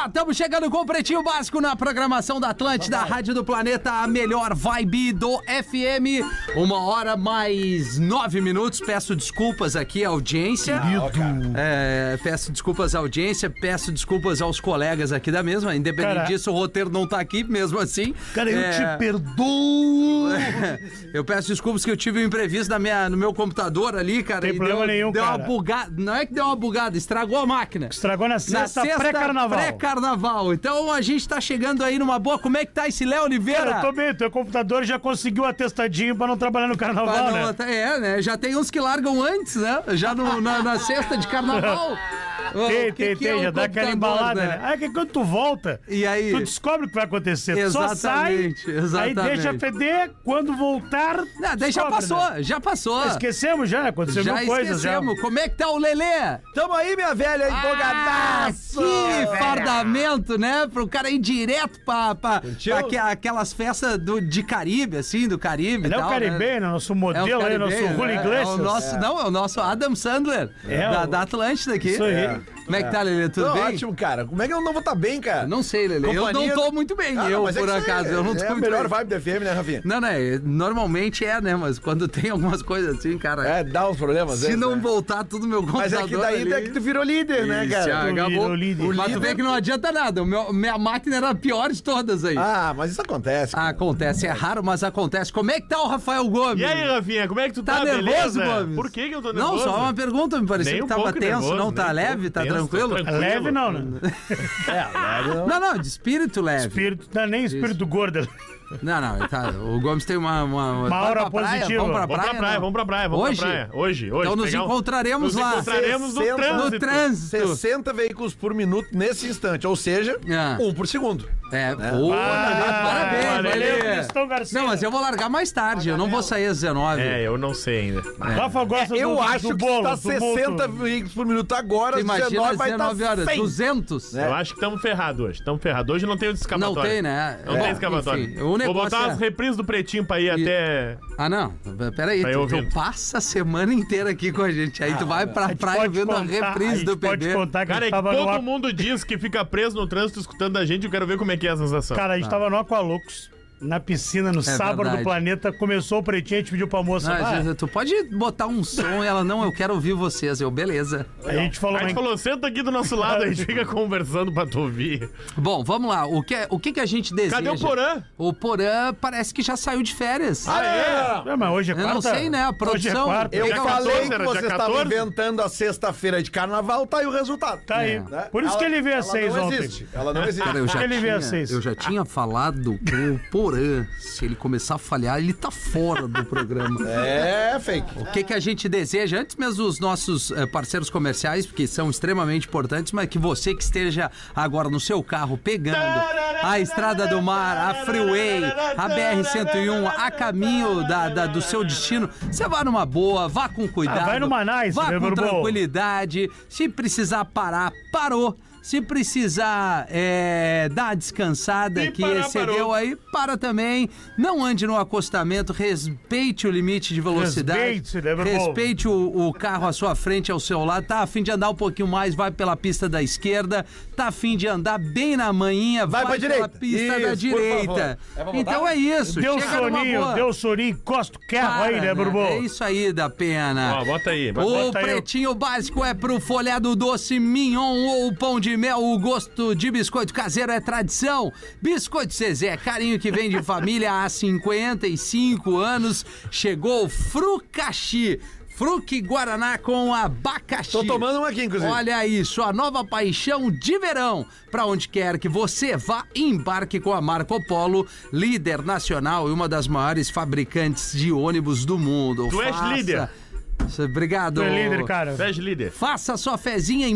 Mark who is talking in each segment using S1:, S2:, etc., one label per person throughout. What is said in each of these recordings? S1: lá, estamos Ah, chegando com o Pretinho Básico na programação da Atlântida, da Rádio do Planeta, a melhor vibe do FM. Uma hora mais nove minutos. Peço desculpas aqui à audiência. Ah, É, peço desculpas à audiência, peço desculpas aos colegas aqui da mesma. Independente
S2: Cara.
S1: disso, o roteiro não tá aqui mesmo assim.
S2: Cara, eu
S1: É,
S2: te perdoo.
S1: eu peço desculpas que eu tive um imprevisto na minha, no meu computador ali, cara.
S2: Tem
S1: e
S2: problema
S1: deu,
S2: nenhum,
S1: deu
S2: cara.
S1: uma bugada. Não é que deu uma bugada, estragou a máquina.
S2: Estragou na
S1: Na
S2: sexta,
S1: sexta,
S2: pré-carnaval.
S1: pré-carnaval. Então a gente tá chegando aí numa boa. Como é que tá esse Léo Oliveira?
S2: Cara, eu tô bem, teu computador já conseguiu atestadinho pra não trabalhar no
S1: Pra
S2: carnaval,
S1: não-
S2: né?
S1: É, né? Já tem uns que largam antes, né? Já no- na, na sexta de carnaval. O
S2: Tem,
S1: que
S2: tem,
S1: que
S2: tem,
S1: é um
S2: já dá aquela
S1: computador,
S2: embalada, né? Aí que quando tu volta,
S1: E aí?
S2: tu descobre o que vai acontecer. Tu Só sai,
S1: Exatamente, exatamente.
S2: aí deixa feder, quando voltar...
S1: Não, daí já
S2: descobre,
S1: passou,
S2: né?
S1: já passou.
S2: Esquecemos já, né? aconteceu
S1: já
S2: mil coisas já.
S1: esquecemos. Como é que tá o Lelê? Ah,
S3: Tamo aí, minha velha, empolgadaço!
S1: que fardamento, né? Pro cara ir direto pra, pra, pra aque- aquelas festas do, de Caribe, assim, do Caribe e
S2: Ele é
S1: tal,
S2: o
S1: né?
S2: caribenho, nosso
S3: um
S2: modelo aí, né? nosso
S1: caribenho,
S3: né?
S2: Julio
S1: é,
S2: Iglesias.
S1: É o nosso, Não, é o nosso Adam Sandler,
S2: É,
S1: da,
S2: o-
S1: da Atlântida aqui.
S2: Isso aí.
S1: É. Como é que tá, Lelê? Tudo
S3: Tô
S1: bem?
S3: ótimo, cara. Como é que eu não vou estar bem, cara?
S1: Não sei, Lelê.
S3: Companhia-
S1: Eu não tô muito bem,
S3: Ah,
S1: eu,
S3: mas é
S1: por
S3: que isso
S1: acaso.
S3: é-
S1: eu não tô
S3: É a
S1: muito
S3: melhor
S1: bem.
S3: vibe da FM, né, Rafinha?
S1: Não, não, é- normalmente é, né? Mas quando tem algumas coisas assim, cara.
S3: É, dá uns problemas.
S1: se
S3: é,
S1: não
S3: né?
S1: voltar tudo meu computador
S3: Mas é que daí
S1: ali,
S3: é que tu virou líder, né,
S1: Isso,
S3: cara? é
S2: Tu
S1: acabou.
S2: virou líder.
S1: O Mas tu vê que não adianta nada. O meu- minha máquina era a pior de todas aí.
S3: Ah, mas isso acontece. cara.
S1: Acontece, é raro, mas acontece. Como é que tá o Rafael Gomes?
S4: E aí, Rafinha, como é que tu
S1: Tá
S4: tá?
S1: nervoso,
S4: beleza?
S1: Gomes?
S4: Por que, que eu tô nervoso?
S1: Não, só uma pergunta, me pareceu
S4: Nem um
S1: que tava
S4: pouco
S1: tenso,
S4: nervoso,
S1: não? Tá
S4: nem um
S1: leve,
S4: pouco
S1: tá
S4: tenso, tô
S1: tranquilo?
S4: tranquilo.
S2: Leve não, né?
S3: É, né?
S1: Não, não, de espírito leve.
S2: Espírito, não, é nem espírito gordo.
S1: É. Não, não, tá. O Gomes tem uma. Uma,
S2: Uma aura
S1: vai pra praia,
S2: positiva.
S1: Vamos pra praia,
S4: Vamos pra praia,
S1: não?
S4: vamos pra praia, vamos
S1: Hoje?
S4: pra praia. Hoje, hoje.
S1: Então nos
S4: pegar um-
S1: encontraremos
S4: nos
S1: lá.
S4: encontraremos no
S3: 60.
S4: trânsito.
S1: No trânsito.
S3: 60 veículos por minuto nesse instante, ou seja,
S1: Ah.
S3: um por segundo.
S1: É, pô,
S4: Ah,
S1: parabéns,
S2: valeu,
S1: Lelê.
S2: Cristão Garcia.
S1: Não, mas eu vou largar mais tarde, eu não vou sair às 19.
S4: É, eu não sei ainda.
S2: Né? Rafa gosta
S3: É, Eu
S2: do,
S3: acho
S2: do
S3: que
S2: bolo,
S3: tá
S2: do bolo.
S3: 60 veículos por minuto agora,
S1: Tu
S3: às
S1: Imagina
S3: 19
S1: às
S3: vai tá estar
S1: 19 horas,
S3: 100.
S1: 200?
S3: É.
S4: Eu acho que estamos ferrados hoje. Estamos ferrados. Hoje não tem o
S1: Não
S4: Né? escapatório.
S1: tem, né?
S4: Não
S1: É,
S4: tem escapatório.
S1: enfim, o
S4: Vou
S1: negócio
S4: botar
S1: é-
S4: as reprises do Pretinho pra ir
S2: É
S4: até...
S1: Ah, não. Peraí,
S4: Tá aí
S1: tu, tu
S4: ouvindo.
S1: passa a semana inteira aqui com a gente. Aí tu vai pra praia
S2: Pode
S1: vendo
S2: contar,
S1: a
S2: a
S1: reprise
S2: gente
S1: do
S2: Pode
S1: PB.
S2: contar que a
S4: Cara,
S2: gente
S4: é que
S2: tava no
S4: todo
S2: ar-
S4: mundo diz que fica preso no trânsito escutando a gente. Eu quero ver como é que é a sensação.
S2: Cara, a gente tava no Aqualux, na piscina, no sábado
S1: verdade.
S2: do planeta. Começou o pretinho, a gente pediu pra moça.
S1: Não, às
S2: "Ah,
S1: vezes tu pode botar um som e ela, não, eu quero ouvir vocês. Eu, beleza.
S2: a gente falou,
S4: a gente
S2: mas
S4: falou, senta aqui do nosso lado, a gente fica conversando pra tu ouvir.
S1: Bom, vamos lá. O que, é, o que, que a gente deseja?
S4: Cadê o Porã?
S1: O Porã parece que já saiu de férias.
S3: Ah, é?
S2: "Ah, mas hoje é
S1: Eu não
S2: quarta.
S1: sei, né? A
S2: Hoje é
S1: produção-
S2: quarta.
S3: Eu
S4: Dia
S3: falei
S4: 14,
S3: que
S4: era
S3: vocês
S4: dia
S3: estavam
S4: 14?
S3: inventando a sexta-feira de carnaval, tá aí o resultado.
S2: Tá aí.
S3: Né?
S2: Por isso
S3: Ela-
S2: que ele veio
S3: ela
S2: às seis
S3: não
S2: ontem.
S3: Existe. Ela não existe.
S1: Cara, eu já,
S2: Ele veio às
S1: tinha,
S2: seis.
S1: eu já tinha falado com o Porã. Se ele começar a falhar, ele tá fora do programa.
S3: É, fake.
S1: O que, que a gente deseja, antes mesmo dos nossos eh, parceiros comerciais, porque são extremamente importantes, mas que você que esteja agora no seu carro pegando a Estrada do Mar, a Freeway, a BR-101, a caminho da, da- do seu destino, você vá numa boa, vá com cuidado.
S2: Ah, vai numa nice,
S1: Vá
S2: né,
S1: com
S2: Bourbon?
S1: tranquilidade. Se precisar parar, parou. Se precisar eh, dar uma descansada
S4: E
S1: que
S4: parar,
S1: excedeu
S4: parou.
S1: aí, para também. Não ande no acostamento, respeite o limite de velocidade.
S2: Respeite, né, meu povo?
S1: Respeite o, o carro à sua frente, ao seu lado. Tá afim de andar um pouquinho mais, vai pela pista da esquerda. Tá afim de andar bem na manhinha,
S3: Vai pra
S1: pela
S3: direita.
S1: pista
S3: Isso,
S1: da
S3: por
S1: direita.
S3: favor. É pra
S1: então
S3: botar?
S1: é isso.
S2: Deu
S1: chega numa
S2: soninho,
S1: boa.
S2: deu soninho, encosta o carro
S1: Para,
S2: aí, né,
S1: É
S2: Bourbon?
S1: isso aí da pena.
S4: Ó, bota aí. bota-
S1: O
S2: bota aí.
S1: pretinho básico é pro folhado doce, mignon ou pão de mel. O gosto de biscoito caseiro é tradição. Biscoito Zezé, carinho que vem de família há 55 anos. Chegou o Frucaxi. Fruque Guaraná com abacaxi.
S3: Tô tomando
S1: um
S3: uma aqui, inclusive.
S1: Olha isso, a nova paixão de verão. Para onde quer que você vá, embarque com a Marco Polo, líder nacional e uma das maiores fabricantes de ônibus do mundo.
S4: Tu és líder.
S1: Obrigado.
S2: Tu é líder, cara.
S4: Sérgio Líder.
S1: Faça sua fezinha em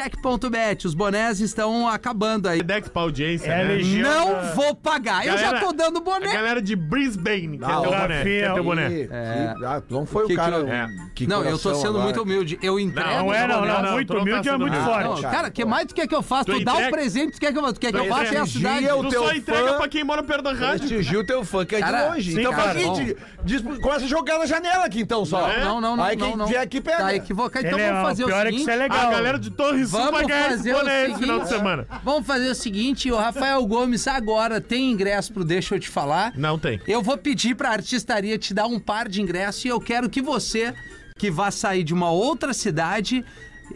S1: MrJack.bet. Os bonés estão acabando aí.
S4: Dex pra audiência,
S2: É
S4: né?
S2: LG.
S1: Não vou pagar. Eu já
S4: Galera,
S1: tô dando
S4: A
S1: boné.
S4: galera de Brisbane quer
S3: Não,
S4: teu boné.
S2: Rafinha,
S4: Quer teu boné.
S3: Ih, que- ah, não foi
S1: Que
S3: o
S1: que
S3: cara.
S1: eu-
S4: É.
S3: que
S1: Não, eu tô
S3: coração
S1: sendo
S3: agora.
S1: muito humilde. Eu entrego.
S4: Não,
S2: Não é,
S1: os
S2: não,
S1: bonés.
S2: não.
S4: Não,
S2: Muito
S4: tu não tá
S2: humilde é
S4: sendo
S2: muito
S4: humilde.
S3: Não,
S2: forte.
S3: cara.
S1: Cara, que mais do que que eu faço?
S4: Tu
S1: Tu, dá o
S4: entrega-
S1: presente, tu quer que eu, tu quer que eu
S4: Tu
S1: faça? É a
S4: entrega-
S1: cidade.
S3: Gia, o
S4: Tu
S3: teu
S4: só entrega
S3: fã-
S4: pra quem mora perto da rádio.
S3: Prestigia o teu fã que é
S1: Cara,
S3: de longe.
S1: sim,
S3: então
S2: cara.
S3: faz o seguinte, diz- começa a jogar na janela aqui então só.
S4: é?
S1: Não, não, não, não.
S3: Aí quem
S1: não, não.
S3: vier aqui pega.
S1: Tá equivocado. Então
S2: Ele é-
S1: vamos fazer
S2: o
S1: o
S2: pior é que
S1: seguinte.
S2: isso é legal.
S4: A galera de Torres Sul vai
S1: Vamos
S4: ganhar esse
S1: fazer o
S4: boné esse final de
S1: seguinte.
S4: semana.
S1: Vamos fazer o seguinte, o Rafael Gomes agora tem ingresso pro Deixa Eu Te Falar.
S4: Não tem.
S1: Eu vou pedir pra artistaria te dar um par de ingressos e eu quero que você, que vá sair de uma outra cidade,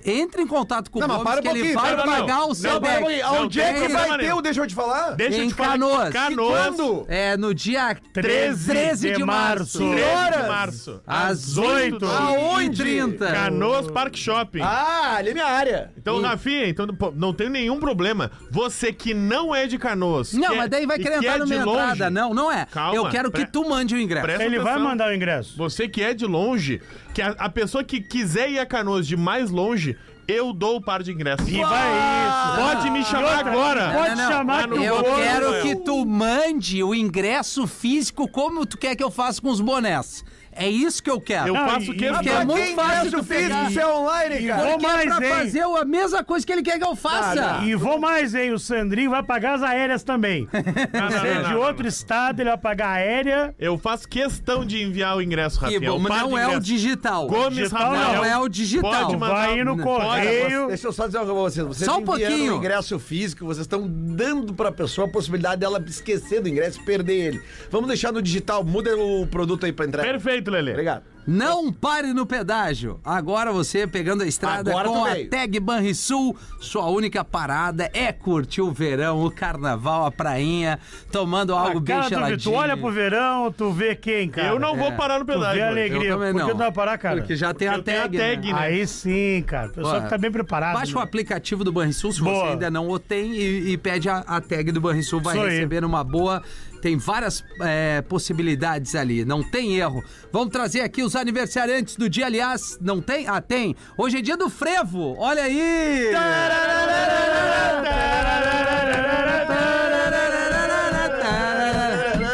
S1: entre em contato com o
S3: Não, mas
S1: Gomes,
S3: para um
S1: que ele
S3: pouquinho,
S1: vai
S4: para, não,
S1: pagar
S4: não.
S1: o seu
S4: Não,
S3: Mas,
S4: para,
S1: deck.
S3: mãe, Onde
S4: Não,
S3: é que
S1: tem,
S3: vai
S4: não.
S3: ter o Deixa Eu Te Falar?
S4: Deixa eu
S1: Em
S4: te falar.
S1: Canoas.
S4: Canoas.
S3: Quando?
S1: É, no dia
S2: 13
S1: 13 de,
S2: de
S1: março.
S2: março.
S4: 13 de
S3: horas?
S4: março.
S1: Às
S4: oito.
S1: 8
S3: Aonde?
S1: 30
S4: Canoas Park Shopping.
S3: Ah, ali é minha área.
S4: Então, Rafinha, então, pô, não tem nenhum problema. Você que não é de Canoas.
S1: Não,
S4: que é-
S1: mas daí vai
S4: e
S1: querer
S4: que
S1: entrar
S4: é
S1: na
S4: de
S1: minha
S4: longe,
S1: entrada. Não, não é.
S4: Calma,
S1: eu quero
S4: pre-
S1: que tu mande o ingresso.
S4: presta
S2: Ele vai
S4: atenção.
S2: mandar o ingresso.
S4: Você que é de longe, que a, a pessoa que quiser ir a Canoas de mais longe, eu dou o par de ingressos.
S2: E vai isso.
S4: Pode me
S2: E
S4: chamar
S2: outra,
S4: agora.
S2: Pode chamar
S4: no
S2: que é
S1: Eu
S2: eu vou.
S1: quero
S4: Rafael.
S1: que tu mande o ingresso físico como tu quer que eu faça com os bonés. É isso que eu quero.
S4: Eu
S2: Não,
S4: faço o
S2: e-
S4: que?
S2: e-
S4: eu
S1: Porque
S4: quero.
S1: é
S3: Pra
S1: muito
S3: quem
S1: fácil
S3: mexe o
S1: tu pegar.
S3: físico, isso é online,
S1: Porque
S3: cara.
S2: Vou mais,
S1: é pra
S2: hein?
S1: fazer a mesma coisa que ele quer que eu faça.
S2: E vou mais, hein? O Sandrinho vai pagar as aéreas também.
S4: Não, não,
S2: Se
S4: não,
S2: é de
S4: não,
S2: outro estado, ele vai pagar aérea.
S4: Eu faço questão de enviar o ingresso,
S1: Que
S4: Rafinha.
S1: bom,
S4: o
S1: mas
S4: par
S1: não
S4: de
S1: é o
S4: ingressos.
S1: digital.
S4: Gomes
S2: Digital
S4: Rafael.
S1: Não é o digital.
S4: Pode um mandar.
S2: Vai ir no
S3: Vocês-
S2: correio.
S3: Deixa eu só dizer uma coisa pra vocês. Vocês
S1: Só um
S3: enviaram
S1: pouquinho.
S3: o ingresso físico, vocês estão dando pra pessoa a possibilidade dela esquecer do ingresso e perder ele. Vamos deixar no digital, muda o produto aí pra entrega.
S4: Perfeito, Lelê.
S3: Obrigado.
S1: Não pare no pedágio. Agora você pegando a estrada
S3: Agora
S1: com
S3: tu
S1: a
S3: veio.
S1: Tag Banrisul. Sua única parada é curtir o verão, o carnaval, a prainha, tomando algo
S2: A
S1: bem
S2: cara do
S1: geladinho.
S2: Vitor, tu olha pro verão, tu vê quem, cara.
S4: Eu não vou
S1: é.
S4: parar no
S2: Tu vê
S4: pedágio.
S2: a
S4: mano.
S2: alegria.
S1: Eu também
S2: Por que
S1: não.
S2: tu vai parar, cara?
S1: Porque já tem a
S4: Porque eu tenho
S1: tag.
S4: a tag,
S1: né?
S4: né?
S2: Aí sim, cara. O pessoal
S1: Pô,
S2: que tá bem preparado.
S1: Baixa o
S2: né?
S1: aplicativo do Banrisul se você
S2: Boa.
S1: ainda não o tem e, e pede a, a tag do Banrisul, vai
S2: Isso aí.
S1: receber uma boa. Tem várias é, possibilidades ali, não tem erro. Vamos trazer aqui os aniversariantes do dia, aliás, não tem? Ah, tem. Hoje é dia do frevo, olha aí!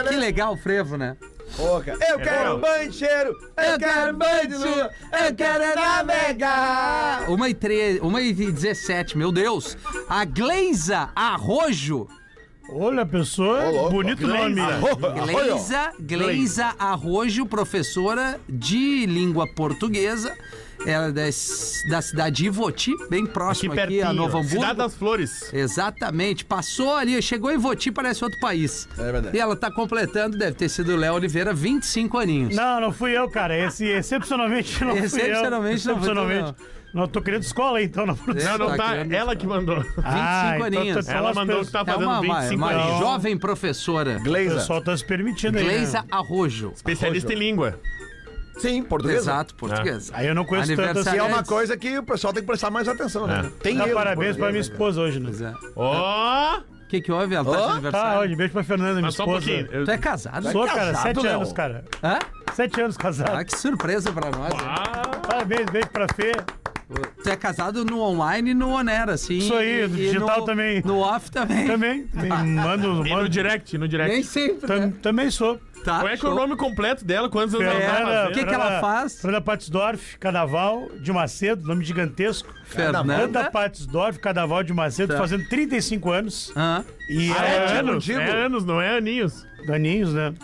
S1: Que legal o frevo, né?
S3: Ô, cara. Eu quero um banheiro, eu quero um banheiro, eu quero navegar.
S1: 1 e, 3, 1 e 17, meu Deus. A Gleiza Arrojo.
S2: Olha, a pessoa.
S3: louco.
S2: bonito nome. né?
S3: Olha,
S1: Gleiza, Gleiza Arrojo, professora de língua portuguesa. Ela é da, s- da cidade de Ivoti, bem
S4: Aqui
S1: próximo aqui,
S4: pertinho.
S1: a Novo Hamburgo.
S4: Cidade das Flores.
S1: Exatamente, passou ali, chegou em Ivoti, parece outro país.
S3: É verdade.
S1: E ela tá completando, deve ter sido o Léo Oliveira, 25 aninhos.
S2: Não, não fui eu, cara. Esse, excepcionalmente não fui eu.
S1: Excepcionalmente não foi tu,
S2: Excepcionalmente. Não, tô querendo escola aí, então, na produção.
S1: É,
S4: Não, não
S1: tá
S4: tá.
S1: grande.
S4: Ela que mandou.
S1: 25
S2: Ah, então
S1: aninhos.
S2: tá-
S4: Ela
S2: Elas
S4: mandou
S2: pens-
S4: que tá
S1: é
S4: fazendo
S1: uma, uma
S4: 25
S1: uma
S4: anos.
S1: jovem professora,
S2: O
S3: Gleiza.
S2: pessoal tá se permitindo aí. né?
S1: Gleiza Arrojo.
S4: Especialista em língua.
S3: Sim, portuguesa.
S1: Exato, portuguesa.
S2: Aí eu não conheço tanto assim.
S3: E é uma
S1: Aniversariantes.
S3: coisa que o pessoal tem que prestar mais atenção, né? Tem
S2: É. Dá parabéns
S3: erro
S2: pra
S3: português,
S2: minha
S3: né,
S2: esposa hoje, né?
S1: Pois é.
S4: Ó!
S1: O que, que houve? Ela tá de
S3: Ó,
S2: Tá,
S1: aniversário.
S2: hoje. Beijo pra Fernanda, minha
S4: Mas só um
S2: esposa.
S4: pouquinho. Eu-
S1: Tu é casado?
S2: Sou, cara,
S3: casado,
S2: sete
S3: Léo?
S2: anos, cara.
S1: Hã?
S2: Sete anos casado.
S1: Ah, que surpresa pra nós. hein?
S4: Ah,
S2: Parabéns, beijo pra Fê.
S1: Tu é casado no online e no on air, assim.
S2: Isso aí,
S1: e-
S2: no
S1: e
S2: digital
S1: no-
S2: também.
S1: No off também.
S2: Também. Me Manda um.
S4: E no direct, no
S1: Nem
S4: direct.
S1: sempre.
S2: Tam-
S1: né?
S2: Também sou.
S1: Tá,
S4: Qual é que é
S1: show.
S4: o nome completo dela? Quantos anos ela tá
S1: Fernanda-
S4: fazendo?
S1: o que que ela faz?
S2: Fernanda Patsdorf, Cadaval de Macedo, nome gigantesco. Fernanda
S1: Fernanda.
S2: Patsdorf, Cadaval de Macedo,
S1: Tá.
S2: fazendo 35 anos.
S1: Hã?
S2: E
S4: Ah, é
S2: é
S4: anos,
S3: contigo.
S4: é anos, não é aninhos.
S2: daninhos, né?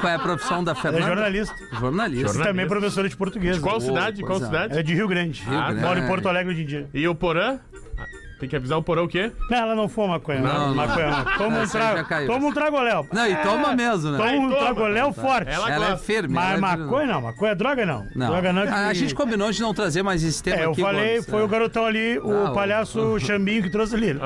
S1: Qual é a profissão da
S2: É
S1: Fernanda?
S2: jornalista.
S1: Jornalista.
S2: E também professora de português.
S4: Qual
S2: né?
S4: cidade? Qual
S1: coisa.
S4: cidade?
S2: É de Rio Grande.
S1: Rio Grande.
S2: Moro em Porto Alegre hoje em dia.
S4: E o Porã? Ah, Tem que avisar o Porã o quê?
S2: Não, ela não foi maconha.
S1: Não,
S2: Não,
S1: não.
S2: maconha. não. Toma um
S1: Essa aí já
S2: trago.
S1: caiu.
S2: Toma um trago, Léo.
S1: Não, e toma mesmo, né?
S2: Toma um
S4: Aí toma.
S2: trago, Léo, forte.
S4: Ela
S1: Ela é
S4: gosta.
S1: firme.
S2: Mas
S1: ela é firme.
S2: maconha não, maconha é droga não.
S1: Não. Ah,
S2: Droga não é que...
S1: A gente combinou de não trazer mais esse tema
S2: É, eu
S1: aqui,
S2: falei,
S1: Gomes,
S2: foi
S1: é.
S2: o garotão ali, o
S1: Não,
S2: palhaço Xambinho que trouxe ali.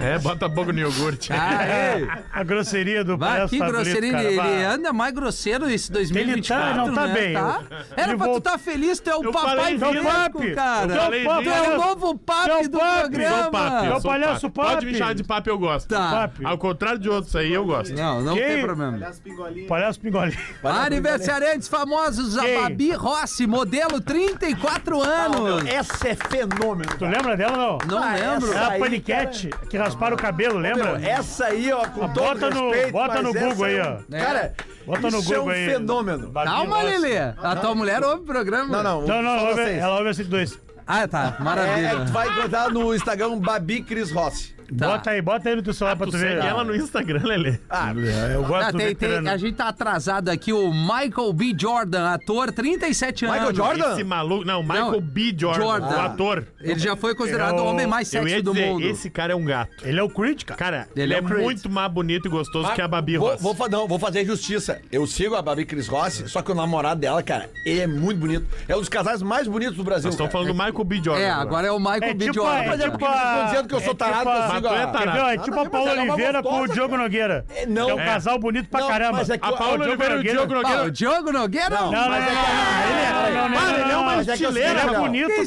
S4: É, bota a boca no iogurte.
S1: Ah, é.
S2: A grosseria do
S1: Vai,
S2: palhaço
S1: que
S2: tá bonito,
S1: grosseiro, ele,
S2: cara, vai.
S1: ele anda mais grosseiro esse 2024,
S2: Ele tá- não tá
S1: né?
S2: bem.
S1: Tá? Era pra
S2: Ele
S1: tu
S2: voltou-
S1: tá feliz, tu é o
S4: Eu
S1: papai
S4: falei,
S1: do
S2: é o papi.
S1: cara.
S4: Eu falei,
S1: Tu é o
S2: Papi.
S1: novo papi
S2: É o
S1: do
S2: papi.
S4: Sou o papi, eu
S1: programa.
S2: o
S4: sou
S2: palhaço
S4: Pode me
S2: papi.
S4: chamar de papi, eu gosto.
S1: Tá. Né?
S2: Papi.
S4: Ao contrário de outros aí, eu gosto.
S1: Não, não
S2: Quem?
S1: tem problema.
S2: Palhaço pingolinho.
S1: Aniversariantes famosos, a
S2: Quem?
S1: Babi Rossi, modelo 34 anos.
S3: Essa é fenômeno.
S2: Tu lembra dela não?
S1: Não
S3: Ah,
S1: lembro.
S3: essa-
S2: Era a
S3: aí,
S2: paniquete que rasparam o cabelo, lembra?
S3: Meu, essa aí, ó, com
S2: Ah,
S3: todo
S2: bota no-
S3: respeito,
S2: bota
S3: mas
S2: no
S3: essa
S2: Google aí,
S3: é um-
S2: ó.
S3: Cara,
S2: Bota no
S3: isso
S2: Google
S3: é um
S2: aí.
S3: fenômeno.
S2: Babi
S1: Calma,
S2: Rossi.
S1: Lelê. A tua mulher ouve o programa.
S3: Ah, Não, não,
S2: Não, não,
S3: só
S2: ela ouve-
S3: vocês.
S2: ela ouve a 102.
S1: Ah, tá.
S3: É, é,
S1: Maravilha.
S3: tu vai encontrar no Instagram Babi Cris Rossi.
S1: Tá.
S2: Bota aí, bota aí no teu celular pra
S4: Tu
S2: tu ver.
S4: segue ela no Instagram, Lelê.
S3: Ah,
S2: É, Eu
S1: Ah,
S2: gosto do
S1: tem- tem-
S2: veterano.
S1: a gente tá atrasado aqui, o Michael B. Jordan, ator, 37 anos.
S3: Michael Jordan?
S4: Esse maluco. Não, Michael
S1: Não,
S4: B. Jordan,
S1: Jordan.
S4: o ator.
S1: Ele já foi considerado
S2: Eu-
S1: o homem mais
S4: Eu ia
S1: sexy do
S4: dizer,
S1: mundo.
S4: esse cara é um gato.
S2: Ele é o Creed, cara.
S4: Cara,
S1: Ele
S4: ele,
S1: é
S4: é,
S1: o Creed.
S4: muito mais bonito e gostoso que é a Babi
S3: vou,
S4: Rossi.
S3: vou fa- não, vou fazer justiça. Eu sigo a Babi Cris Rossi, só que o namorado dela, cara, ele é muito bonito. É um dos casais mais bonitos do Brasil.
S4: Nós estamos falando do Michael B. Jordan.
S1: É, agora é o Michael
S2: É
S1: B.
S2: tipo
S1: Jordan.
S2: a- é
S1: cara.
S3: Mas é porque vocês estão dizendo que eu sou
S2: É
S3: tarado,
S2: tipo a-
S3: eu sigo
S4: Mas tu é
S3: a...
S4: tarado.
S2: Quer ver? ó? É tipo a
S3: Ah. Nada a ver,
S2: Paula
S3: mas ela é uma
S2: Oliveira com o
S3: gostosa,
S2: Diogo Nogueira.
S3: É, não.
S2: é um
S3: É.
S2: casal bonito pra
S3: Não,
S2: caramba.
S3: mas é que
S4: A
S3: o-
S4: Paula
S2: o Diogo
S4: Oliveira e o
S2: Nogueira-
S4: Diogo
S1: Ah, o
S4: Nogueira.
S1: Diogo Nogueira?
S2: Não,
S3: Não,
S2: não,
S3: Mas
S2: não,
S3: é que-
S2: não, não, não, não,
S4: Para, ele é
S2: não,
S4: uma
S2: não.
S3: assim,
S4: estileira,
S2: Ele é
S1: Quem
S2: bonito,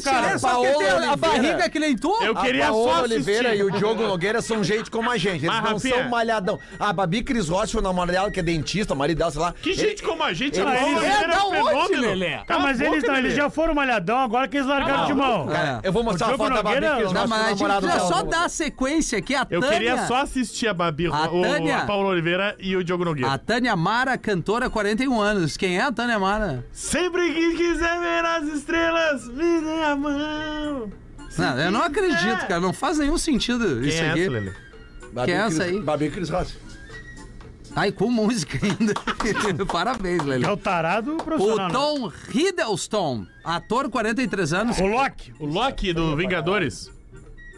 S1: será?
S2: cara.
S1: Só que
S3: Paola
S1: tem a
S3: Oliveira.
S1: barriga que nem tu?
S4: Eu
S3: A
S4: queria
S3: Paola
S4: só
S3: Oliveira e
S4: assistir.
S3: o Diogo Nogueira são gente como a gente. Eles
S4: Mas,
S3: não
S4: Rafinha-
S3: são malhadão. A Babi Cris Rossi, o namorado dela, que é dentista, marido dela, sei lá.
S4: Que
S3: ele-
S4: gente como a gente,
S3: ele-
S4: a Paola
S2: ele-
S4: Oliveira
S1: É,
S4: é
S1: da
S4: um
S1: onde, Lelê?
S4: fenômeno.
S2: Tá, mas eles não, eles já foram malhadão, agora que eles largaram de mão.
S3: Cara, eu vou mostrar
S2: O
S3: uma
S2: Diogo
S3: foto da Babi
S2: Nogueira-
S3: Cris
S2: Não,
S1: Não,
S3: Rossi
S1: mas
S3: com o
S1: a gente
S3: namorado
S1: precisa
S3: dela.
S1: só dar a sequência aqui. A
S4: Eu
S1: Tânia,
S4: queria só assistir a Babi,
S1: A
S4: o,
S1: Tânia.
S4: a Paula Oliveira e o Diogo Nogueira.
S1: a Tânia Mara, cantora, 41 anos. Quem é a Tânia Mara?
S4: Sempre que quiser ver as estrelas, me dê a mão.
S1: Não, eu não acredito, cara. Não faz nenhum sentido
S4: Quem
S1: isso
S4: é
S1: aqui.
S4: essa, Lelê?
S3: Babi
S1: Quem é
S3: Cris-
S1: essa aí?
S3: Babi Cris Rossi.
S1: Ai, com música ainda. Parabéns, Lelê.
S2: É o tarado
S1: O
S2: profissional. né?
S1: Tom Hiddleston, ator, 43 anos.
S2: O Loki.
S4: O Loki do Vingadores?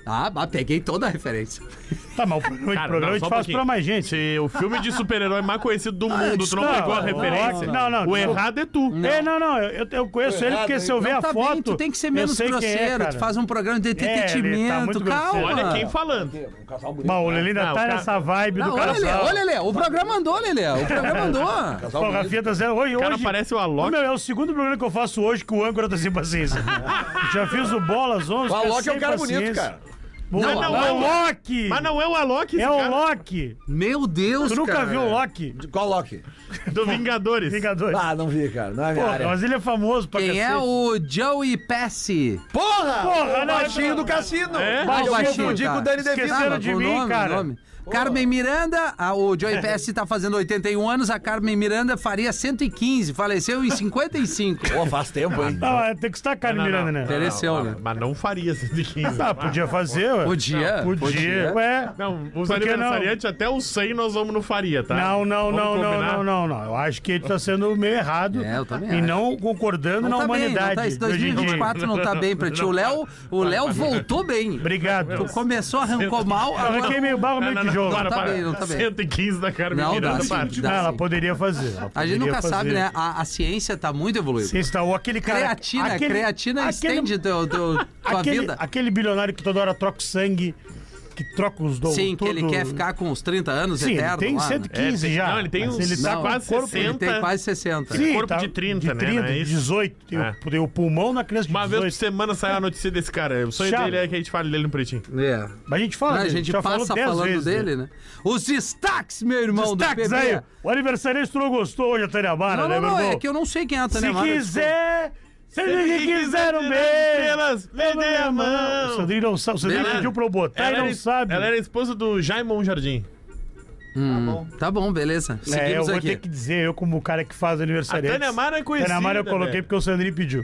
S1: Ah, bah, peguei toda a referência.
S2: Tá, mas o programa,
S4: Cara,
S2: o programa
S4: não,
S2: a
S4: só
S2: gente
S4: um
S2: faz
S4: pouquinho.
S2: pra mais gente.
S4: Se o filme de super-herói mais conhecido do mundo, tu não
S2: não,
S4: pegou a
S2: não,
S4: referência.
S2: não, não,
S4: O
S2: não.
S4: errado é tu.
S2: É, não, não, eu, eu conheço ele porque se eu ver
S1: Não
S2: a
S1: tá
S2: foto.
S1: bem, tu tem que ser
S2: eu
S1: menos
S2: sei quem
S1: grosseiro.
S2: é,
S1: tu
S2: cara.
S1: faz um programa de entretenimento.
S2: muito
S1: Calma.
S2: grosseiro.
S4: Olha quem falando.
S3: Um
S2: Bom, o Lelê
S4: Não,
S2: ainda
S4: o
S2: tá
S4: cara-
S2: nessa vibe
S1: Não,
S2: do
S1: olha,
S2: cara.
S1: Lelê, olha, Lelê, o programa andou, Lelê. O programa andou.
S2: Pô, o Rafinha tá zero. Hoje,
S4: O cara
S2: hoje,
S4: parece o
S2: Ô,
S4: Alok.
S2: meu, é o segundo programa que eu faço hoje que o âncora tá sem paciência. Já fiz o Bolas 11.
S3: O Alok é um
S2: sem
S3: cara bonito,
S2: paciência.
S3: cara.
S2: Boa,
S1: Mas
S4: não
S2: não,
S4: é
S2: é
S4: o-
S2: o Loki!
S4: Mas não é o Alok, esse
S2: é o
S4: cara,
S2: Loki!
S1: Meu Deus,
S2: Tu nunca
S1: cara. é.
S2: viu o Loki?
S3: Qual Loki?
S4: do Vingadores.
S2: Vingadores.
S3: Ah, não vi, cara. Não é minha
S2: Porra,
S3: área.
S2: mas ele é famoso pra
S1: Quem
S2: cacete.
S1: é o Joey Pesci?
S3: Porra!
S2: Porra,
S3: o
S2: não,
S3: baixinho
S2: não.
S3: do cassino.
S4: É?
S3: Eu
S1: Ah, o baixinho,
S3: confundi
S1: cara.
S3: com o Dani DeVito.
S2: Esqueceram
S1: Ah,
S2: de
S1: o
S2: mim,
S1: nome,
S2: cara.
S1: o nome. Carmen Miranda, ah, o Joey Pesci tá fazendo 81 anos, a Carmen Miranda faria 115, faleceu em 55.
S3: Pô, faz tempo, hein?
S2: Ah, mas tem que estar a Carmen
S4: Não, não,
S2: Miranda, né?
S1: Faleceu, né?
S4: Mas não faria 115.
S2: Ah, podia fazer, ué.
S1: Podia.
S2: Podia. Ué.
S4: Não, os
S2: Por que não?
S4: aniversariantes até os 100 nós vamos no faria, tá?
S2: Não, não,
S4: Vamos
S2: não, não,
S4: combinar?
S2: não, não, não. Eu acho que ele tá sendo meio errado
S1: É, eu também
S2: e
S1: acho.
S2: não
S1: Não
S2: concordando na
S1: tá bem, não
S2: humanidade.
S1: tá, esse
S2: hoje em dia.
S1: 2024 não tá bem pra ti. O Léo, o Léo voltou bem.
S2: Obrigado.
S1: Começou, arrancou mal,
S2: Eu arranquei
S1: agora...
S2: meio barro,
S4: Não,
S2: meio
S4: não, não,
S2: tijolo.
S4: para,
S1: tá
S4: para.
S1: bem, não tá bem.
S4: 115 da Carmen
S1: Não, dá
S4: Miranda,
S1: sim,
S4: para.
S1: dá.
S2: Não, ela
S1: sim.
S2: poderia fazer. ela
S1: Assim. A gente
S2: poderia
S1: nunca sabe,
S2: fazer.
S1: né? A, a ciência tá muito evoluída.
S2: Você está o aquele cara.
S1: Creatina,
S2: aquele-
S1: creatina é
S2: aquele-
S1: estende teu, teu, tua
S2: aquele,
S1: vida.
S2: Aquele bilionário que toda hora troca o sangue, que troca os dons.
S1: Sim, que
S2: tudo.
S1: ele quer ficar com uns 30 anos
S2: Sim,
S1: eterno.
S2: ele tem
S1: lá, né?
S2: 115
S4: É, tem-
S2: já.
S4: não, ele tem
S2: mas
S4: uns-
S2: ele
S4: tá
S2: tá
S1: Não,
S2: com
S4: quase
S2: corpo-
S4: 60.
S1: Ele tem quase 60.
S2: Sim,
S4: corpo
S2: tá
S4: de 30, né?
S2: de
S4: Não é isso?
S2: 18. Tem,
S4: É.
S2: o- tem o pulmão na criança de
S4: Uma vez por
S2: 18.
S4: semana sai a notícia desse cara. O sonho
S2: Chato. Tá,
S4: dele é que a gente fale dele no pretinho.
S1: É.
S2: Mas a gente fala,
S1: a
S2: dele,
S1: gente
S2: já falou
S1: passa
S2: 10
S1: falando
S2: vezes
S1: dele, né? Os destaques, meu irmão,
S2: Destaques
S1: do PB.
S2: aí. O aniversariante não gostou hoje, a Tânia Mara,
S1: Não,
S2: né,
S1: não,
S2: meu
S1: não,
S2: irmão?
S1: é que eu não sei quem é a
S2: Se
S1: Tânia Mara,
S2: quiser, se ele quiser um beijo.
S4: Estrelas, me dê a
S2: O
S4: mão.
S2: Sandrinho não sabe. O Sandrinho
S4: Ela-
S2: pediu pra eu botar e
S4: era-
S2: não sabe.
S4: Ela é era esposa do Jaimon Jardim.
S1: desculpa. Tá bom, beleza.
S2: É, eu
S1: Seguimos
S2: vou
S1: aqui.
S2: ter que dizer, eu como o cara que faz
S4: A
S2: aniversário.
S4: Tânia Mara é conhecida.
S2: Tânia Mara eu coloquei
S4: né?
S2: porque o Sandrinho pediu.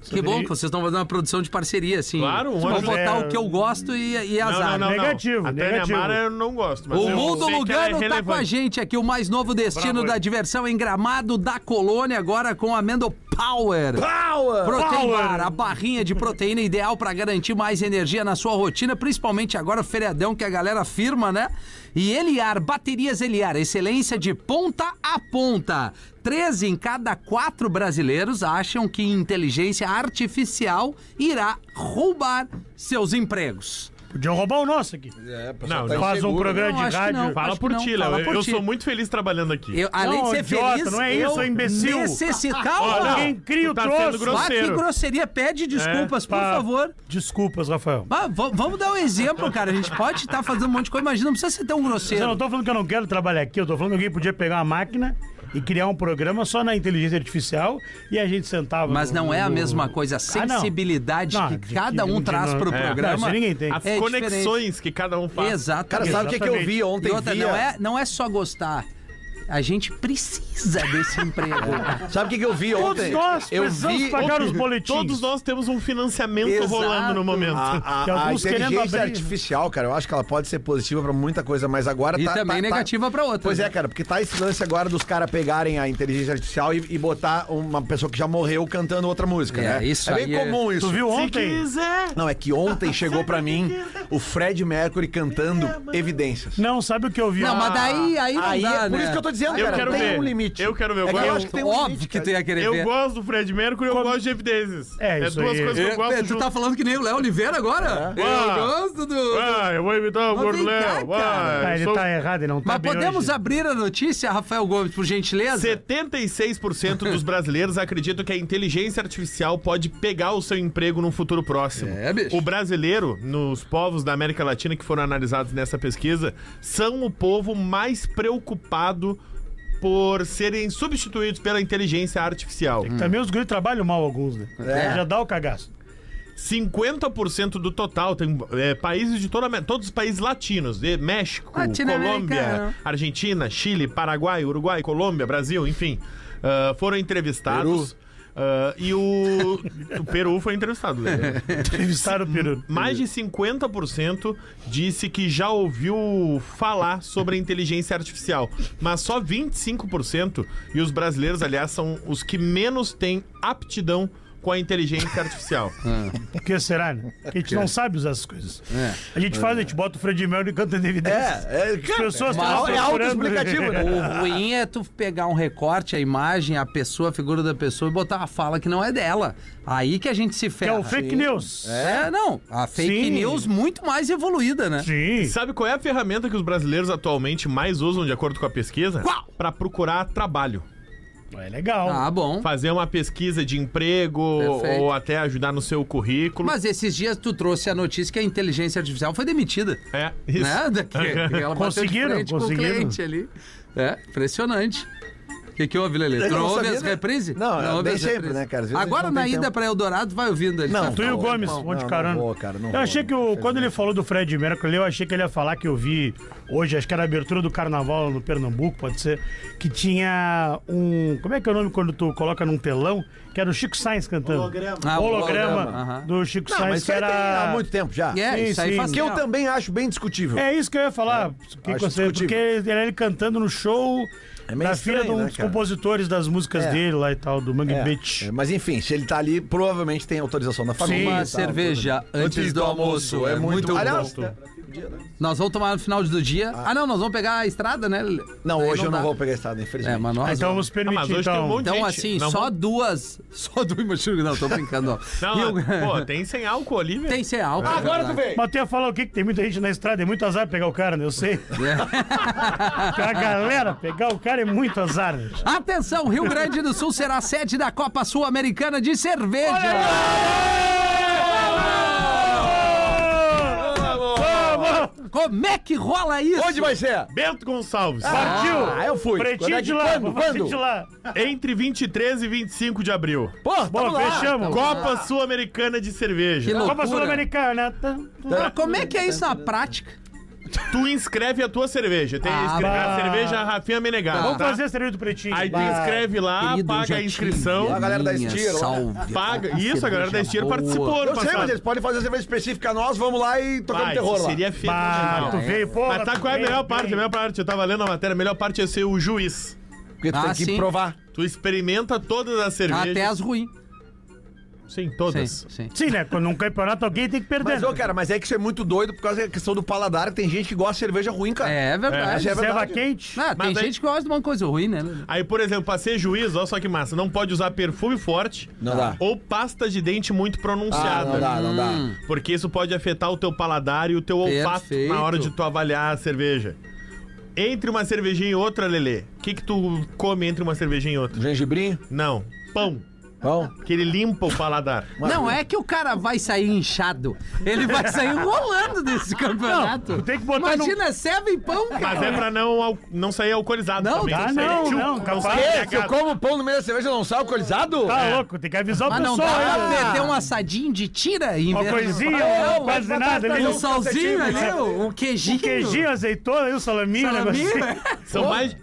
S1: Que bom que vocês estão fazendo uma produção de parceria, assim.
S4: Claro, um
S1: Vou
S4: anjo-
S1: botar
S2: É.
S1: o que eu gosto e, e
S4: Não,
S1: azar.
S4: não, não, não.
S2: Negativo,
S4: A Tânia
S2: negativo.
S4: Mara eu não gosto. mas
S1: O
S4: eu
S1: Mundo
S4: sei que
S1: Lugano
S4: ela é
S1: tá com a
S4: relevante.
S1: gente aqui, o mais novo destino
S2: Bravo,
S1: da
S2: hein?
S1: diversão em Gramado da Colônia, agora com Amendo Power.
S3: Power!
S1: Protein
S2: Power.
S1: Bar, a barrinha de proteína ideal pra garantir mais energia na sua rotina, principalmente agora o feriadão que a galera firma, né? E Eliar, baterias Eliar, excelência de ponta a ponta. 13 em cada quatro brasileiros acham que inteligência artificial irá roubar seus empregos.
S2: Podiam roubar o nosso aqui.
S3: É, pessoal,
S4: Não,
S3: tá
S4: não.
S2: Faz um
S3: inseguro, né?
S2: programa
S1: Não,
S2: de
S1: acho que não.
S2: rádio.
S4: Fala
S1: Acho
S4: por
S1: que não,
S4: ti, Léo.
S1: fala
S4: Eu,
S1: por
S4: eu
S1: ti.
S4: sou muito feliz trabalhando aqui.
S1: Eu, além
S2: Não,
S1: de ser
S2: idiota,
S1: feliz,
S2: não é isso,
S1: eu
S2: é imbecil.
S1: necessita-
S4: Ó,
S1: Calma.
S4: não.
S2: Alguém É, cria o
S4: tá
S2: troço.
S4: sendo
S1: Ah, que
S4: grosseiro. é.
S1: grosseria. Pede desculpas, por
S2: Pá,
S1: favor.
S2: Desculpas, Rafael.
S1: Ah, va- vamos dar um exemplo, cara. A gente pode estar fazendo um monte de coisa. Imagina, não precisa ser tão
S2: Eu não
S1: grosseiro.
S2: tô falando que eu não quero trabalhar aqui, eu tô falando que alguém podia pegar uma máquina e criar um programa só na inteligência artificial e a gente sentava.
S1: Mas
S2: no-
S1: não é a
S2: no-
S1: mesma coisa. A
S2: Ah, não.
S1: sensibilidade
S2: Não,
S1: que
S2: de
S1: cada
S2: que-
S1: um
S2: de
S1: traz
S2: não-
S1: pro
S2: é. Não,
S1: programa.
S2: isso ninguém tem.
S4: As
S1: É
S4: conexões que cada um faz.
S1: Exato.
S3: Cara, sabe o que, que eu vi
S1: E
S3: ontem?
S1: outra,
S3: via...
S1: não é, não é só é gostar. A gente precisa desse emprego.
S3: Sabe o que, que eu vi
S2: Todos
S3: ontem?
S2: nós
S3: eu
S2: precisamos
S3: vi
S2: pagar os boletins.
S4: Todos nós temos um financiamento
S1: Exato.
S4: rolando no momento.
S3: A,
S2: Que
S3: a, a
S2: alguns querendo
S3: inteligência
S2: abrir.
S3: artificial, cara, eu acho que ela pode ser positiva pra muita coisa, mas agora
S1: E
S3: tá.
S1: também
S3: tá- tá-
S1: negativa pra outra,
S3: Pois
S1: né?
S3: é, cara, porque tá esse lance agora dos caras pegarem a inteligência artificial e, e botar uma pessoa que já morreu cantando outra música,
S1: É,
S3: né?
S1: isso
S3: é bem
S1: aí é-
S3: comum isso.
S2: Tu viu
S4: Se
S2: ontem?
S4: quiser.
S3: Não, é que ontem chegou pra mim o Fred Mercury cantando Evidências.
S2: Não, sabe o que eu vi?
S1: Não, mas daí, aí não
S3: Aí, é
S1: dá,
S3: por
S1: né?
S3: isso que eu tô dizendo,
S4: Eu
S3: cara,
S4: quero
S3: tem
S4: ver.
S3: um limite.
S4: Eu quero ver,
S3: É
S4: eu
S3: que
S4: gosto.
S3: eu acho que tem um
S1: Óbvio
S3: limite,
S1: que
S3: cara.
S1: tu ia querer
S4: Eu
S1: ver.
S4: gosto do Fred Mercury e eu gosto de evidências.
S2: É, isso
S4: duas
S2: aí.
S4: coisas que eu
S1: Eu-
S4: gosto
S1: tu
S4: junto.
S1: tá falando que nem o Léo Oliveira agora?
S4: Ah.
S1: Eu gosto do...
S4: Ah, eu vou imitar o
S1: Mas
S4: Gordo
S1: vem cá,
S4: Léo.
S1: cara.
S4: Ah,
S2: Tá,
S4: eu
S2: ele
S4: sou-
S2: tá errado, ele não tá
S1: Mas
S2: bem
S1: podemos
S2: hoje.
S1: abrir a notícia, Rafael Gomes, por gentileza?
S4: 76% dos brasileiros acreditam que a inteligência artificial pode pegar o seu emprego num futuro próximo.
S1: É, bicho.
S4: O brasileiro, nos povos da América Latina que foram analisados nessa pesquisa, são o povo mais preocupado por serem substituídos pela inteligência artificial.
S2: Também os guris trabalham mal alguns, né?
S3: É.
S2: Já dá o cagaço.
S4: 50% do total tem é, países de toda a Amé- todos os países latinos, de México, Colômbia,
S1: Latino-americano.
S4: Argentina, Chile, Paraguai, Uruguai, Colômbia, Brasil, enfim, ah, foram entrevistados. Ah, e o, o Peru foi entrevistado. né?
S2: Entrevistaram o peru.
S4: Mais de 50% disse que já ouviu falar sobre a inteligência artificial, mas só 25%, e os brasileiros, aliás, são os que menos têm aptidão com a inteligência artificial.
S2: Por que será, né? Porque A gente não sabe usar essas coisas.
S1: É.
S2: A gente faz, a gente bota o Fred Mercury e canta em evidências.
S3: É, é,
S2: As pessoas
S1: mas
S2: estão
S1: é
S3: autoexplicativo, né?
S1: O ruim é tu pegar um recorte, a imagem, a pessoa, a figura da pessoa e botar uma fala que não é dela. Aí que a gente se
S2: Que é
S1: ferra.
S2: o fake news.
S1: É, não. A fake
S2: Sim.
S1: news muito mais evoluída, né?
S2: Sim.
S4: Sabe qual é a ferramenta que os brasileiros atualmente mais usam, de acordo com a pesquisa?
S1: Qual?
S4: Pra procurar trabalho.
S2: É legal.
S1: Ah, bom.
S4: Fazer uma pesquisa de emprego
S1: Perfeito.
S4: ou até ajudar no seu currículo.
S1: Mas esses dias tu trouxe a notícia que a inteligência artificial foi demitida.
S4: É, isso.
S1: Né? Daqui, ela bateu de
S2: Conseguiram,
S1: frente
S2: conseguiram.
S1: Com o cliente ali. É, impressionante. O que, que houve, Lelê?
S3: Eu
S1: Tu
S3: não
S1: não ouve
S3: sabia,
S1: as
S3: né?
S1: reprises?
S3: Não, eu
S1: ouve
S3: nem
S1: as
S3: sempre,
S1: reprises.
S3: né, cara? Às vezes a gente
S1: Agora
S3: não
S1: na
S3: tem
S1: ida
S3: tempo.
S1: pra Eldorado, vai ouvindo ali.
S3: Não,
S1: tá?
S2: Tu e o
S3: Não,
S2: Gomes,
S3: não,
S2: vão de
S3: não
S2: carona.
S3: vou, cara, não
S2: eu
S3: vou.
S2: achei que o, quando ele falou do Fred Mercury, eu achei que ele ia falar que eu vi hoje, acho que era a abertura do carnaval no Pernambuco, pode ser, que tinha um. Como é que é o nome quando tu coloca num telão? Que era o Chico Sainz cantando. Holograma.
S1: Ah, o
S2: holograma
S1: holograma, aham.
S2: do Chico
S3: Não, mas
S2: Sainz,
S3: isso
S2: que
S3: aí tem há
S2: era.
S3: muito tempo já.
S1: É,
S2: Sim,
S1: isso aí
S2: sim.
S1: faz
S3: Que eu
S1: tempo.
S3: também acho bem discutível.
S2: É isso que eu ia falar. que
S3: Ah, acho
S2: você- porque ele, ele cantando no show
S3: É meio
S2: da filha de
S3: estranho,
S2: um
S3: né,
S2: dos
S3: cara?
S2: compositores das músicas
S3: É.
S2: dele lá e tal, do Mangue
S3: É,
S2: Beach.
S3: é, mas enfim, se ele tá ali, provavelmente tem autorização da família. e
S1: Uma
S3: tal,
S1: cerveja
S3: tudo.
S1: antes do almoço. É muito
S3: Aliás,
S1: bom. Nós vamos tomar no final do dia. Ah, não, nós vamos pegar a estrada, né? Lelê?
S3: Não,
S1: Aí
S3: hoje eu não
S1: dá.
S3: vou pegar estrada, infelizmente.
S1: É, mas
S2: Ah,
S1: nós
S2: então
S1: vamos.
S2: nos permite,
S4: Ah, mas hoje
S2: então.
S4: tem um monte-
S1: Então,
S4: Gente,
S1: assim,
S4: não
S1: só
S4: vamos-
S1: duas. Só duas machucas. Não, tô brincando, ó.
S4: Não, é, ah.
S1: E o-
S4: pô, tem sem álcool ali, velho.
S1: Tem ser álcool. é
S3: Agora tu
S1: verdade.
S3: vem.
S2: Mas tu ia falar o quê? Que tem muita gente na estrada, é muito azar pegar o cara, né? Eu sei. Tem a galera pegar o cara é muito azar. né?
S1: Atenção, Rio Grande do Sul será sede da Copa Sul-Americana de Cerveja.
S2: Vamos!
S1: Como é que rola isso?
S3: Onde vai ser?
S4: Bento Gonçalves.
S2: Partiu!
S3: Ah, eu fui. Quando
S2: Pretinho
S3: é
S2: de
S3: que-
S2: lá,
S3: quando?
S2: Pretinho
S3: Quando?
S2: de lá.
S4: Entre 23 e 25 de abril.
S3: Pô,
S2: Bom,
S3: tamo lá.
S2: fechamos.
S4: Copa Sul-Americana de Cerveja.
S1: Que louco.
S2: Copa
S1: Loucura.
S2: Sul-Americana. né? Tá.
S1: Mas como é que é isso na prática?
S4: Tu inscreve a tua cerveja. Tem
S1: Ah,
S4: escre- a
S2: bah.
S4: cerveja Rafinha Menegato.
S2: Vamos
S4: tá?
S2: fazer a cerveja do Pretinho.
S4: Aí tu
S2: Bah.
S4: inscreve lá,
S1: Querido, eu
S4: paga
S1: já
S4: a
S1: tive
S4: inscrição.
S3: A galera da
S1: minha
S3: Estira, lá.
S1: salvia.
S4: Paga. Isso, a galera da Estira
S1: boa.
S4: participou ano
S3: Eu sei, mas
S4: passado.
S3: eles podem fazer cerveja específica nós, vamos lá e tocar
S4: Vai,
S3: um terror
S4: isso
S3: lá.
S4: seria
S2: Bah,
S4: fenomenal.
S2: tu veio, pô.
S4: Mas tá qual né, é a melhor parte? A melhor parte, eu tava lendo a matéria, a melhor parte é ser o juiz.
S3: Porque tu
S1: Ah,
S3: tem que
S1: sim.
S3: provar.
S4: Tu experimenta todas as cervejas.
S1: Até as ruins.
S4: Sim,
S1: Sim,
S4: né? todas.
S1: sim.
S2: Sim, né? Quando um campeonato alguém tem que perder.
S3: Mas, ô, cara, mas é que isso é muito doido por causa da questão do paladar, que tem gente que gosta de cerveja ruim, cara.
S1: É verdade.
S3: É, mas é
S2: Serva
S3: verdade.
S2: quente.
S1: Ah, tem
S4: Mas aí-
S1: gente que gosta de uma coisa ruim, né?
S4: Aí, por exemplo, pra ser juiz, olha só que massa, não pode usar perfume forte
S3: Não dá.
S4: ou pasta de dente muito
S3: Ah,
S4: pronunciada.
S3: não dá, não dá.
S1: Hum.
S4: Porque isso pode afetar o teu paladar e o teu olfato
S1: Perfeito.
S4: na hora de tu avaliar a cerveja. Entre uma cervejinha e outra, Lelê, o que, que tu come entre uma cervejinha e outra?
S3: Gengibrinho,
S4: Não. Pão.
S3: pão.
S4: Que ele limpa o paladar.
S1: Não é que o cara vai sair inchado. Ele vai sair rolando desse campeonato.
S2: Não, tu tem que botar no-
S1: Imagina, serve e pão, cara.
S4: Mas é pra não, al- não sair alcoolizado
S1: Não,
S4: também.
S1: dá
S4: sair
S2: Ah, não, tá.
S4: tchuco,
S2: não, capaz.
S4: sair
S2: Que?
S1: Ah,
S3: Se eu
S4: cagado.
S3: como pão no meio da cerveja, eu não sai alcoolizado? É.
S2: Tá louco, tem que avisar o
S1: Mas Ah, não
S2: pessoal.
S1: dá
S2: aí, né?
S1: pra meter um assadinho de tira É, em
S2: Uma
S1: vez de-
S2: coisinha,
S1: Não,
S2: quase
S1: vai
S2: nada, né?
S1: botar
S2: ele-
S1: Um salzinho ali, um queijinho.
S2: Queijinho, azeitona, aí o salaminho, o
S1: Salaminho,
S2: negocinho.
S1: né?
S4: São mais.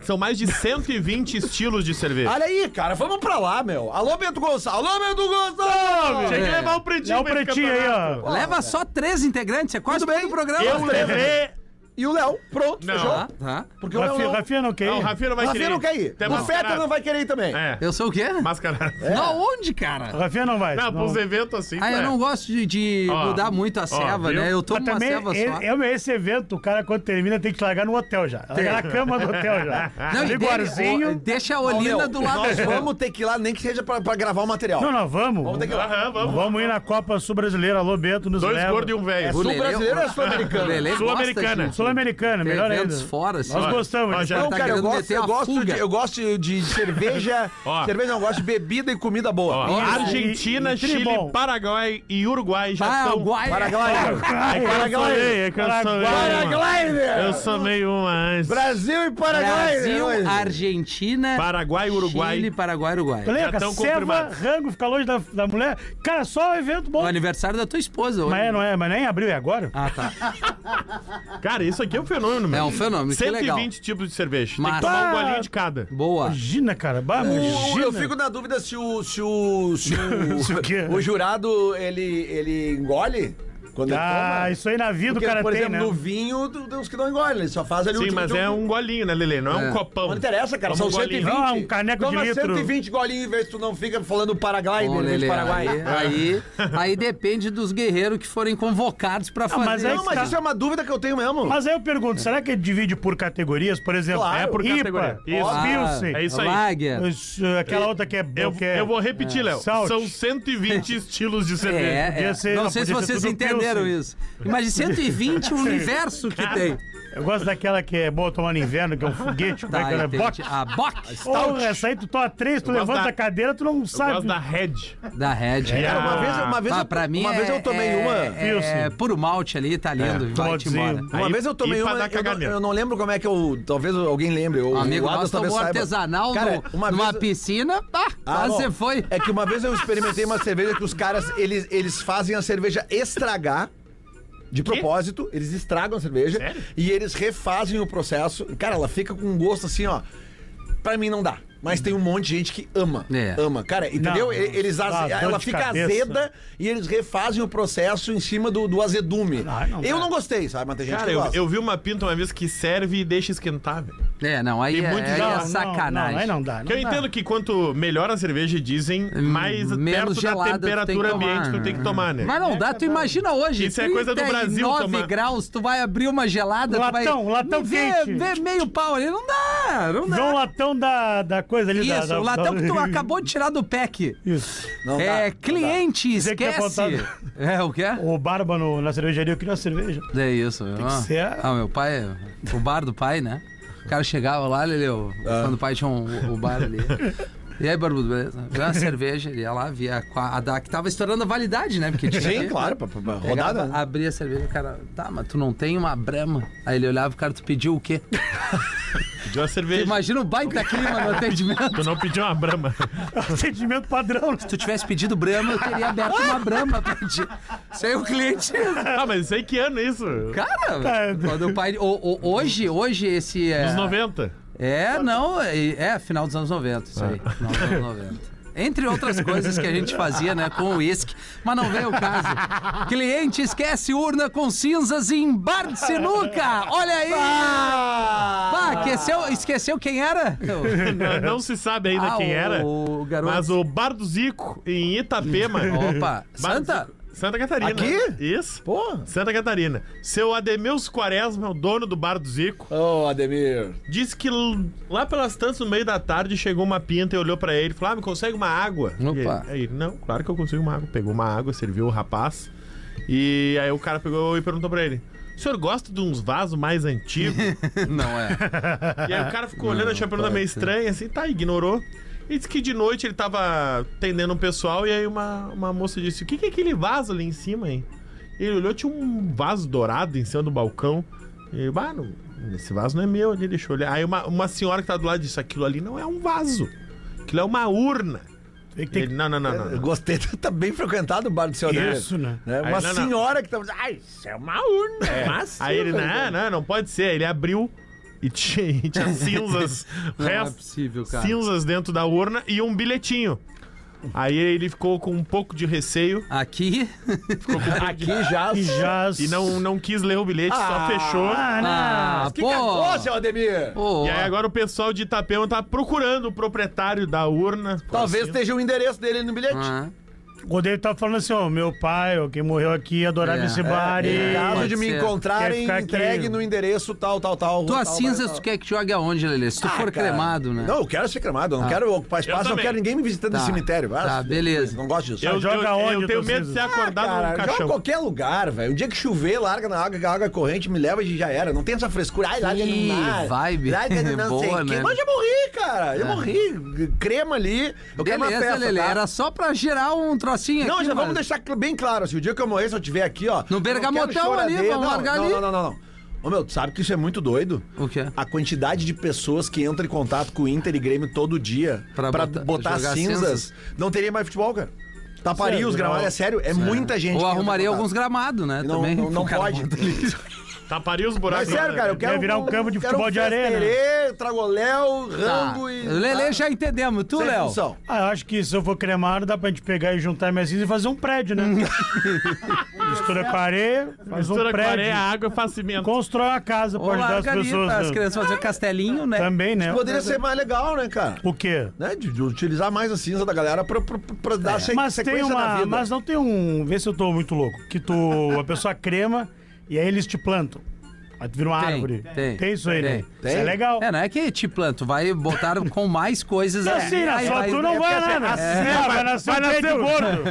S4: São mais de 120 estilos de cerveja.
S3: Olha aí, cara, vamos pra lá, meu. Alô, Bento Gonçalves. Alô, Bento Gonçalves!
S4: Tinha que
S1: É.
S4: levar o pretinho.
S2: É o
S4: pra esse
S2: pretinho aí,
S4: campeonato.
S2: ó.
S1: Leva só três integrantes, é quase
S3: Tudo
S1: todo
S3: bem.
S1: o programa.
S4: Eu levei.
S3: E o Léo, pronto,
S4: Não.
S3: fechou.
S1: Tá, tá.
S3: Porque o
S2: Rafinha,
S3: Léo não...
S2: Rafinha não quer
S4: Não, o
S2: ir.
S4: Rafinha não vai querer.
S3: Rafinha não quer ir.
S4: Até
S3: O Feta
S4: mascarado.
S3: não vai querer ir também.
S4: É,
S1: Eu sou o quê?
S4: mascarado.
S1: Não, onde, cara?
S2: Rafinha não vai.
S4: Não,
S2: não.
S4: pros eventos assim.
S1: Ah,
S4: né?
S1: eu não gosto de, de
S4: Ó,
S1: mudar muito a
S4: ó,
S1: ceva,
S4: viu?
S1: né? Eu tomo
S2: Mas
S1: uma
S2: também,
S1: ceva só.
S2: é, é esse evento, o cara quando termina tem que largar no hotel já. Largar na cama do hotel já.
S1: Não, e
S2: Liga o
S1: dele-
S2: arzinho.
S1: o- deixa a
S3: Ô,
S1: Olinda
S3: meu,
S1: do lado
S3: Nós
S1: da
S3: vamos ter que ir lá, nem que seja pra, pra gravar o material.
S2: Não, não, vamos.
S3: Vamos ter
S2: Vamos,
S3: que ir lá.
S4: Aham, vamos.
S2: ir na Copa Sul-Brasileira. Alô, Bento, nos
S4: Dois
S2: leva.
S4: gordos e um velho.
S3: Sul
S1: Lelê-
S3: brasileiro
S1: O
S3: ou é
S1: Lelê
S3: sul-americano?
S1: um gosta
S4: Sul-Americana.
S1: de-
S2: Sul-Americana,
S1: Tem
S2: melhor ainda.
S1: eventos fora, assim.
S2: Nós
S1: Ó,
S2: gostamos.
S4: ó,
S2: a gente
S4: já-
S1: Não,
S3: Não,
S2: tá-
S1: tá
S3: cara, eu
S1: querendo
S3: gosto,
S1: meter
S3: eu
S1: uma
S3: gosto,
S1: fuga.
S3: de, eu gosto de cerveja.
S4: Ó.
S3: cerveja não, eu gosto de bebida e comida boa.
S4: Ó,
S1: Isso.
S4: Argentina,
S2: E- e
S4: Chile,
S2: tribom.
S4: Paraguai e Uruguai já
S1: Paraguai.
S3: Paraglider.
S2: Ai, eu falei, é que eu sou
S4: Paraguai.
S2: meio-
S4: são. Eu
S3: Paraglider.
S4: sou meio uma antes.
S3: Brasil e Paraglider.
S1: Brasil,
S3: hoje.
S1: Argentina,
S4: Paraguai, Uruguai.
S1: Chile, Paraguai, Uruguai.
S2: Falei,
S4: Já
S2: cara,
S4: tão
S2: Seva,
S4: confirmados.
S2: Rango, fica longe da, da mulher. Cara, só um evento bom.
S1: É O aniversário da tua esposa hoje.
S2: Mas é, não é, mas nem abriu, é agora?
S1: Ah, tá.
S4: Cara, isso aqui é um fenômeno, meu.
S1: É um fenômeno, que
S4: 120
S1: legal.
S4: tipos de cerveja. Tem
S1: Mas-
S4: que tomar um
S2: Bah!
S4: golinho de cada.
S1: Boa.
S2: Imagina, cara. Bah,
S3: O-
S2: imagina.
S3: eu fico na dúvida se o. Se o, se
S2: Se o quê?
S3: o, o jurado ele, ele engole quando ele toma.
S2: Ah, isso aí na vida
S3: Porque,
S2: o cara
S3: por
S2: tem,
S3: exemplo,
S2: né?
S3: no vinho tu- tem uns que não engolem, ele só faz ali
S4: Sim,
S3: último
S4: mas
S3: de um-
S4: é um golinho, né, Lelê? Não é,
S1: É.
S4: um copão.
S3: Não interessa, cara,
S4: Toma
S3: são
S4: golinho.
S3: 120.
S2: Ah, um caneco de
S3: Toma
S2: litro.
S3: 120 golinhos em vez que tu não fica falando Paraguai
S1: Bom,
S3: em vez
S1: Lelê,
S3: de
S1: É,
S3: Paraguai.
S1: aí, aí, aí depende dos guerreiros que forem convocados pra fazer.
S2: mas é
S3: Não, mas isso é uma dúvida que eu tenho mesmo.
S2: Mas aí eu pergunto, será que ele divide por categorias? Por exemplo,
S3: Claro. É por
S4: categoria.
S2: Isso.
S4: Isso.
S1: Ah,
S2: Pilsen.
S4: é isso aí.
S1: Lager.
S2: Isso, Aquela outra que é...
S4: Eu,
S2: que é-
S4: eu vou repetir, Léo.
S2: Salt.
S4: São 120 estilos de cerveja.
S1: É, é.
S2: Podia ser-
S1: não
S2: não,
S1: sei se
S2: podia ser
S1: vocês
S2: tudo
S1: entenderam
S2: Pilsen.
S1: isso. Imagina 120 o universo que tem.
S2: Eu gosto daquela que é boa tomar no inverno, que é um foguete, como é
S1: Tá,
S2: que ela é?
S1: entendi.
S2: Bock.
S1: A Bock
S2: Porra, essa aí tu toma três, tu
S4: Eu gosto
S2: levanta
S4: da-
S2: a cadeira, tu não
S4: Eu
S2: sabe.
S4: gosto da Red.
S1: da Red.
S3: Cara, uma
S4: Ah.
S3: vez, uma vez,
S1: Ah,
S3: eu,
S1: pra mim
S3: uma
S1: é-
S3: vez eu tomei
S1: é-
S3: uma.
S1: É,
S2: Pilsen.
S1: puro malte ali, tá lindo. vai te
S2: Tomadinho.
S1: embora.
S3: Uma
S4: Aí,
S3: vez eu tomei
S4: e pra
S3: uma,
S4: dar
S3: eu não,
S4: caganeira.
S3: eu não lembro como é que eu, talvez alguém lembre, o,
S1: Um amigo
S3: o Adas
S1: nosso
S3: talvez
S1: tomou
S3: saiba.
S1: artesanal
S3: Cara,
S1: no-
S3: uma
S1: numa
S3: vez-
S1: piscina, pá,
S3: Ah,
S1: quase
S3: não.
S1: foi.
S3: É que uma vez eu experimentei uma cerveja que os caras, eles, eles fazem a cerveja estragar. De propósito, eles estragam a cerveja
S4: Sério?
S3: e eles refazem o processo. Cara, ela fica com um gosto assim, ó. Pra mim não dá. Mas tem um monte de gente que ama.
S1: É.
S3: Ama. Cara, entendeu?
S2: Não,
S3: E- eles
S2: dá
S3: aze-
S2: dor
S3: Ela
S2: de
S3: fica
S2: cabeça.
S3: azeda e eles refazem o processo em cima do, do azedume.
S2: Ah, não
S3: eu
S2: dá.
S3: não gostei, sabe? Mas tem gente
S4: Cara,
S3: que
S4: eu,
S3: gosta.
S4: eu vi uma pinta uma vez que serve e deixa esquentar, velho.
S1: É, não, aí,
S4: Tem
S1: é,
S4: muito
S1: aí
S4: não,
S1: é
S4: não,
S1: sacanagem.
S2: Não, aí não dá.
S4: Que eu
S2: não dá.
S4: entendo que quanto melhor a cerveja, dizem, mais
S1: Menos
S4: perto da
S1: gelada tu tem que
S4: temperatura
S1: tomar,
S4: ambiente tu tem que tomar, né?
S1: Mas
S2: É,
S1: não dá,
S2: um.
S1: tu imagina hoje.
S4: Isso é coisa do Brasil
S1: 39
S4: tomar.
S1: graus, tu vai abrir uma gelada, tu vai.
S2: Latão, latão
S1: vê,
S2: quente.
S1: Vê meio pau ali, não dá, não dá.
S2: Vê um latão da, da coisa ali da-
S1: Isso,
S4: um
S2: da,
S1: o
S2: da-
S1: latão que tu acabou de tirar do pack.
S2: Isso.
S3: Não dá,
S1: é,
S3: não dá.
S1: cliente,
S2: Dizer que tá
S1: esquece.
S2: apontado.
S1: É, o quê?
S2: O barba no- na cervejaria, eu queria uma cerveja.
S1: É isso. Tem
S2: ser-
S1: Ah, meu pai, o bar do pai, né? O cara chegava lá, ele, o-
S3: Ah.
S1: quando o pai tinha um- o, o bar ali. E aí, Barbudo, beleza? Vê uma cerveja, ele ia lá, via a, a da que tava estourando a validade, né? Porque tinha
S3: Sim,
S1: que-
S3: claro, pra, pra- pra
S1: Pegava,
S3: rodada. né?
S1: abria a cerveja, o cara, tá, mas tu não tem uma brama. Aí ele olhava, o cara, tu pediu o quê?
S4: Pediu a cerveja.
S1: Imagina o baita clima no atendimento.
S4: Tu não pediu uma brama.
S2: Atendimento padrão. né?
S1: Se tu tivesse pedido brama, eu teria aberto uma brama pra ti. Isso aí o cliente.
S4: ah, mas sei que ano é isso?
S1: Cara, quando o pai. o- o- hoje, hoje esse. É,
S4: Dos 90.
S1: É, não, é, é final dos anos 90, isso aí. Final dos anos 90. Entre outras coisas que a gente fazia, né, com o uísque, mas não veio o caso. Cliente esquece urna com cinzas em bar de sinuca! Olha aí! Pá, esqueceu, esqueceu quem era?
S4: Não, não se sabe ainda
S1: Ah,
S4: quem era.
S1: O garoto.
S4: Mas o Bar do Zico, em Itapema.
S1: Opa,
S4: Bar do
S1: Santa?
S4: Zico, Santa Catarina.
S3: Aqui?
S4: Isso.
S3: Pô.
S4: Santa Catarina. Seu Ademilson Quaresma, o dono do Bar do Zico,
S3: Ô, Ademir.
S4: disse que l- lá pelas tantas, no meio da tarde, chegou uma pinta e olhou pra ele e falou: Ah, me consegue uma água?
S1: Opa.
S4: E ele, aí ele, não, claro que eu consigo uma água. Pegou uma água, serviu o rapaz. E aí o cara pegou e perguntou pra ele: o senhor gosta de uns vasos mais antigos?
S1: Não é.
S4: E aí o cara ficou olhando, achou a pergunta
S1: pode
S4: meio
S1: ser.
S4: estranha, assim, tá, ignorou. E disse que de noite ele tava atendendo um pessoal e aí uma, uma moça disse: O que, que é aquele vaso ali em cima, hein? Ele olhou, tinha um vaso dourado em cima do balcão. E ele, ah, não, esse vaso não é meu, ele deixou olhar. Aí uma, uma senhora que tá do lado disse: Aquilo ali não é um vaso, aquilo é uma urna.
S2: Tem que ter
S4: Ele, não, não, não, Ah, não.
S3: Eu
S4: não.
S3: gostei, tá bem frequentado o bar do seu Ademir.
S2: Isso, né?
S3: Né?
S4: Aí,
S3: Uma
S4: não, não.
S3: senhora que tá. Ai, isso é uma urna. É.
S4: Aí ele, não, não, não pode ser. Ele abriu E tinha, e tinha cinzas,
S1: Não é
S4: restos,
S1: possível, cara.
S4: cinzas dentro da urna e um bilhetinho. Aí ele ficou com um pouco de receio um
S1: Aqui.
S3: Aqui já.
S2: E já.
S4: e não, um não quis ler o bilhete, só fechou.
S2: Ah, né?
S1: Ah,
S3: Que
S1: pô.
S3: cagou, seu Ademir!
S1: Pô,
S4: E aí agora o pessoal de Itapema tá procurando o proprietário da urna.
S3: Talvez Ah, esteja o endereço dele no bilhete.
S1: ah,
S2: Quando ele tava falando assim, ó, meu pai, ó, quem morreu aqui, adorava
S1: É,
S2: esse
S1: é,
S2: bar.
S1: é.
S2: e-
S3: Caso
S1: Pode
S3: de me
S1: ser.
S2: Quer
S3: encontrarem,
S2: ficar aqui.
S3: entregue no endereço tal, tal, tal.
S1: Tuas
S3: tal,
S1: cinzas
S3: tal.
S1: tu quer que jogue aonde, Lelê? Se tu
S3: Ah,
S1: for
S3: cara.
S1: cremado, né?
S3: Não, eu quero ser cremado, eu não quero ocupar espaço, não
S4: também.
S3: quero ninguém me visitando
S1: Tá.
S3: no cemitério. vai.
S1: Tá, beleza.
S3: Não gosto disso.
S4: Eu,
S2: Joga
S4: eu, eu
S2: onde,
S4: tenho medo
S2: Torciso?
S4: de ser
S3: Ah,
S4: acordado
S3: Cara,
S4: num
S3: joga em
S4: caixão.
S3: qualquer lugar, velho. Um dia que chover, larga na água, a água corrente, me leva e já era. Não tem essa frescura. Ai, larga
S1: Ih,
S3: no mar.
S1: vibe.
S3: Larga no não sei
S1: Boa,
S3: o quê.
S1: né?
S3: Mas eu morri, cara.
S1: É.
S3: Eu morri. Crema ali. Eu quero uma
S1: Beleza,
S3: festa,
S1: Lelê.
S3: tá?
S1: Era só pra gerar um trocinho
S3: Não,
S1: aqui.
S3: já
S1: mas-
S3: vamos deixar cl- bem claro. Se o dia que eu morrer, se eu tiver aqui,
S1: No
S3: ó. eu não quero
S1: Bergamotão ali,
S3: choradeira.
S1: vamos
S3: não,
S1: largar
S3: não,
S1: ali.
S3: Não, não, não, não. Ô meu, tu sabe que isso é muito doido?
S1: O quê?
S3: A quantidade de pessoas que entram em contato com o Inter e Grêmio todo dia
S1: Pra
S3: pra,
S1: botar-
S3: botar,
S1: jogar
S3: cinzas,
S1: cinzas.
S3: não teria mais futebol, cara. Taparia
S2: Sério,
S3: os gramados,
S2: não.
S3: é sério, é muita gente.
S1: Ou
S3: que entra em
S1: arrumaria
S3: contato.
S1: alguns gramados, né?
S3: E Não,
S1: também.
S3: não, não
S1: O cara
S3: pode.
S1: bota ali.
S4: Taparia os
S3: Mas
S4: buracos.
S3: sério,
S4: né?
S3: cara, eu quero.
S2: Ia virar um campo de
S3: quero
S2: futebol de areia, né?
S3: festerê, Tragoléu,
S1: Tá.
S3: rango e.
S1: Lelê, já entendemos. Tu,
S3: Sem
S1: Léo?
S3: função.
S2: Ah, eu acho que se eu for cremado, dá pra gente pegar e juntar minhas cinzas e fazer um prédio, né? Mistura com areia, faz um
S4: Mistura com areia,
S2: prédio.
S4: água e faz cimento.
S2: Constrói uma casa pra
S1: Ou
S2: ajudar as
S1: larga ali
S2: pessoas.
S1: pra as
S2: né?
S1: crianças fazer o castelinho, né?
S2: Também, né?
S3: Poderia ser mais legal, né, cara?
S2: O quê?
S3: Né? De, de utilizar mais a cinza da galera pra, pra, pra
S1: É.
S3: dar se-
S2: Mas tem
S3: sequência na
S2: uma.
S3: vida.
S2: Mas não tem um. Vê se eu tô muito louco. Que tu. A pessoa crema e aí eles te plantam. Aí tu vira uma
S1: Tem,
S2: árvore.
S1: tem,
S2: isso aí,
S1: tem.
S2: né? Isso é
S3: Tem.
S2: legal.
S1: É, não é que te planto, vai botar com mais coisas
S2: Não,
S1: aí,
S2: sim, né?
S1: é, aí
S2: Só tu não vai lá, né?
S1: assim,
S2: É, vai nascer um pé de gordo.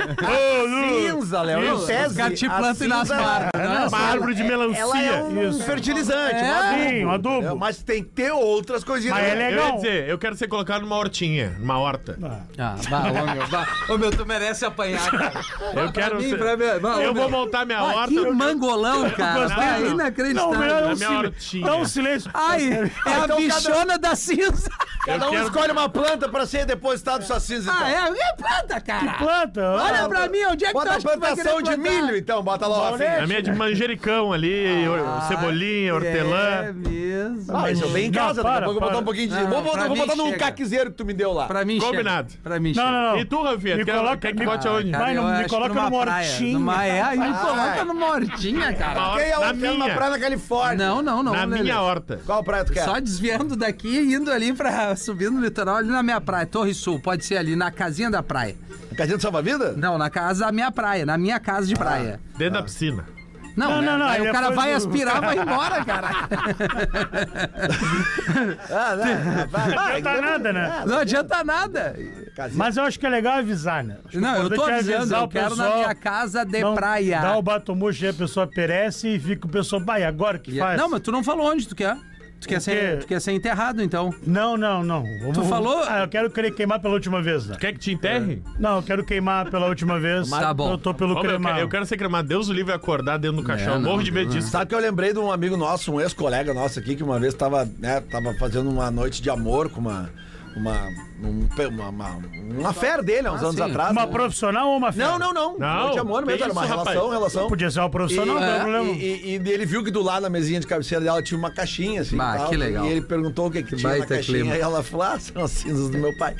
S3: Cinza, Léo.
S1: Isso,
S3: Em tese,
S1: os caras te
S3: a
S1: plantam e nasce
S3: cinza-
S1: uma árvore, né?
S4: Uma árvore de melancia.
S3: Ela é um
S2: Isso.
S3: fertilizante,
S1: É.
S3: um adubo,
S2: Sim, um adubo.
S3: entendeu? Mas tem que ter outras coisinhas.
S2: Mas é
S3: também.
S4: Eu
S2: Legal.
S4: ia dizer, eu quero ser colocado numa hortinha, numa horta.
S1: Ah, vá, ô meu, vá. Ô meu, tu merece apanhar, cara.
S4: Eu quero
S1: mim,
S4: ser-
S1: pra mim, vai, ô,
S4: eu vou
S1: meu.
S4: montar minha
S1: Ah,
S4: horta.
S1: que mangolão, cara.
S2: gostei,
S1: Tá
S2: não. Não,
S1: inacreditável.
S2: melhor é
S4: Na
S2: um
S4: minha
S2: silêncio.
S4: hortinha.
S2: Não, um silêncio.
S1: Ai, é a
S3: Então cada-
S1: bichona da cinza.
S3: Cada um
S4: quero-
S3: escolhe uma planta pra ser depositada sua cinza.
S1: Ah,
S3: então.
S1: é? É planta, cara.
S2: Planta.
S1: Olha pra mim, onde é que tu
S3: Tá, Bota
S1: acha que tu vai
S3: plantação
S1: querer
S3: de
S1: plantar?
S3: milho, então. Bota lá, Rafinha.
S4: A minha é de manjericão ali,
S1: Ah,
S4: cebolinha,
S1: É
S4: hortelã.
S1: mesmo.
S3: Ah, isso eu venho em
S2: Não,
S3: casa, daqui a
S2: para,
S3: pouco eu vou botar um
S2: para.
S3: pouquinho de.
S1: Não,
S3: vou vou-
S1: pra
S3: vou
S1: mim
S3: botar num
S1: chega.
S3: caquezeiro que tu me deu lá.
S1: Pra mim,
S4: Combinado.
S1: chega. Pra mim,
S2: Não,
S1: chega.
S2: não, não.
S4: E tu, Rafinha?
S2: Me
S4: quer,
S2: coloca-
S4: quer que
S2: me-
S4: bote
S1: Ah,
S4: aonde?
S2: Vai, não, me
S1: acho que
S2: coloca numa
S1: praia,
S2: hortinha.
S1: Numa, é, aí me
S3: Vai.
S1: coloca numa hortinha, cara.
S4: Vai.
S3: Quem é
S4: Na
S3: o minha.
S4: minha.
S3: na praia na Califórnia?
S1: Não, não, não.
S4: Na
S1: Lelê.
S4: minha horta.
S3: Qual praia tu quer?
S1: Só desviando daqui e indo ali pra. subindo o litoral, ali na minha praia, Torre Sul. Pode ser ali, na casinha da praia.
S3: Casinha do Salva-Vida?
S1: Não, na casa da minha praia, na minha casa
S3: Ah.
S1: de praia.
S4: Dentro da piscina.
S1: Não,
S2: Não,
S1: né?
S2: não, não,
S1: Aí
S2: ele
S1: o cara
S2: foi
S1: vai
S2: no-
S1: aspirar, vai embora, cara.
S3: Ah, não. Vai,
S2: Não
S3: vai,
S2: adianta nada, né?
S1: Não adianta nada.
S3: Casinha.
S2: Mas eu acho que é legal avisar, né? Acho
S1: Não, eu tô
S2: importante é
S1: avisando,
S2: avisar
S1: eu
S2: o
S1: quero na
S2: pessoal.
S1: minha casa de
S2: Não,
S1: praia.
S2: Dá um o batomuxo e a pessoa perece e fica o pessoal, vai, agora o que
S1: E- é-
S2: faz?
S1: Não, mas tu não falou onde tu quer. Tu quer, ser,
S2: quê?
S1: tu quer ser enterrado, então.
S2: Não, não, não. Vamos-
S1: Tu falou-
S2: Ah, eu quero querer queimar pela última vez. Né?
S4: Quer que te enterre?
S2: Não, eu quero queimar pela última vez.
S1: Tá bom.
S2: Eu tô pelo
S4: Ô, meu, eu,
S2: cremar.
S4: quero, eu quero ser cremado. Deus o livre é acordar dentro do caixão.
S1: Não, não,
S4: Morro de medo disso.
S3: Sabe que eu lembrei de um amigo nosso, um ex-colega nosso aqui, que uma vez tava, né, tava fazendo uma noite de amor com uma. Uma. um pe- uma, uma, uma fé dele, há uns
S1: Ah,
S3: anos
S1: sim.
S3: atrás.
S2: Uma
S3: né?
S2: profissional ou uma fera?
S3: Não, não, não.
S4: Não,
S3: Noite de amor
S4: que
S3: mesmo, era uma
S4: isso,
S3: relação,
S4: rapaz.
S3: relação.
S2: Podia ser uma profissional,
S3: E-
S2: não tem
S1: é,
S2: problema.
S3: E, e- e ele viu que do lado da mesinha de cabeceira dela tinha uma caixinha, assim.
S1: Bah,
S3: e tal,
S1: que legal.
S3: E ele perguntou o que, que tinha na
S1: baita
S3: caixinha.
S1: clima.
S3: E ela falou: ah, são as cinzas do meu pai.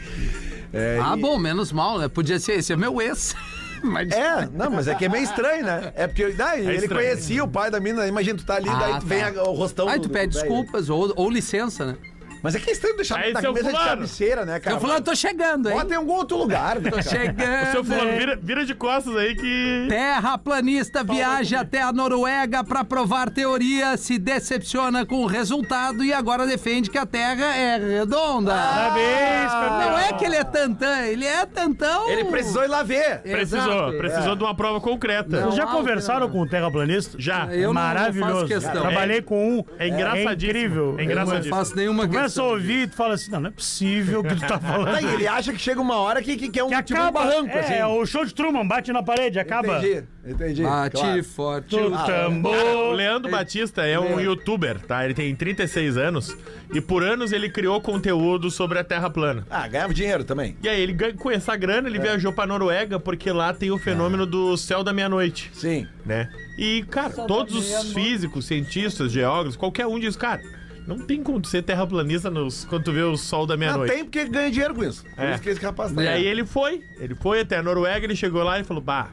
S3: É,
S1: Ah,
S3: e-
S1: bom, menos mal, né? Podia ser esse, é meu ex. Mas
S3: É, não, mas é que é meio estranho, né? É porque ah, ele
S4: estranho.
S3: conhecia o pai da mina, imagina, tu tá ali,
S1: Ah,
S3: daí tu vem
S1: tá.
S3: a- o rostão.
S1: Aí
S3: do-
S1: tu
S3: do
S1: pede
S3: velho.
S1: desculpas ou, ou licença, né?
S3: Mas é que é estranho deixar
S4: Aí,
S3: na
S4: seu
S3: mesa de
S4: fulano.
S3: cabeceira, né, cara?
S1: Eu tá falei, eu tô chegando, hein?
S3: Bota em algum outro lugar, né, cara?
S1: Chegando.
S4: Seu fulano, vira, vira de costas aí que...
S1: Terraplanista viaja até a Noruega para provar teoria, se decepciona com o resultado e agora defende que a Terra é redonda.
S3: Ah!
S2: Parabéns, campeão.
S1: Não é que ele é tantão, ele é tantão.
S3: Ele precisou ir lá ver.
S4: Precisou,
S1: Exato.
S4: precisou de uma prova concreta.
S2: Vocês já
S1: Não,
S2: conversaram com um terraplanista? Ah,
S4: Já.
S1: Eu não- não
S2: Maravilhoso.
S1: faço questão.
S2: Trabalhei com um.
S4: É engraçadíssimo.
S2: incrível.
S4: É
S1: Eu não
S4: engraçadíssimo.
S1: faço nenhuma
S2: Começa a
S1: questão.
S2: ouvir e tu fala assim: não, não é possível o que tu tá falando.
S3: Tá, e ele acha que chega uma hora que, que, que é um,
S2: que
S3: tipo um
S2: acaba.
S3: barranco,
S2: é,
S3: assim.
S2: o show de Truman bate na parede, acaba.
S3: Entendi, entendi.
S1: Bate
S3: claro.
S1: forte.
S2: Tu tá
S1: o-
S4: O
S2: tambor.
S4: Leandro Batista é um youtuber, tá? Ele tem 36 anos e por anos ele criou conteúdo sobre a Terra plana.
S3: Ah, ganhava dinheiro também.
S4: E aí ele ganha, com essa grana
S3: É.
S4: ele viajou pra Noruega porque lá tem o fenômeno do céu da meia-noite,
S3: Sim.
S4: né? E cara, todos os físicos, cientistas, geógrafos, qualquer um diz, cara, Não tem como tu ser terraplanista nos, quando tu vê o sol da
S3: Não
S4: meia-noite.
S3: tem porque ganha dinheiro com isso. Por
S4: É.
S3: isso que esse rapaz tá.
S4: E aí ele foi, ele foi até a Noruega, ele chegou lá e falou, bah,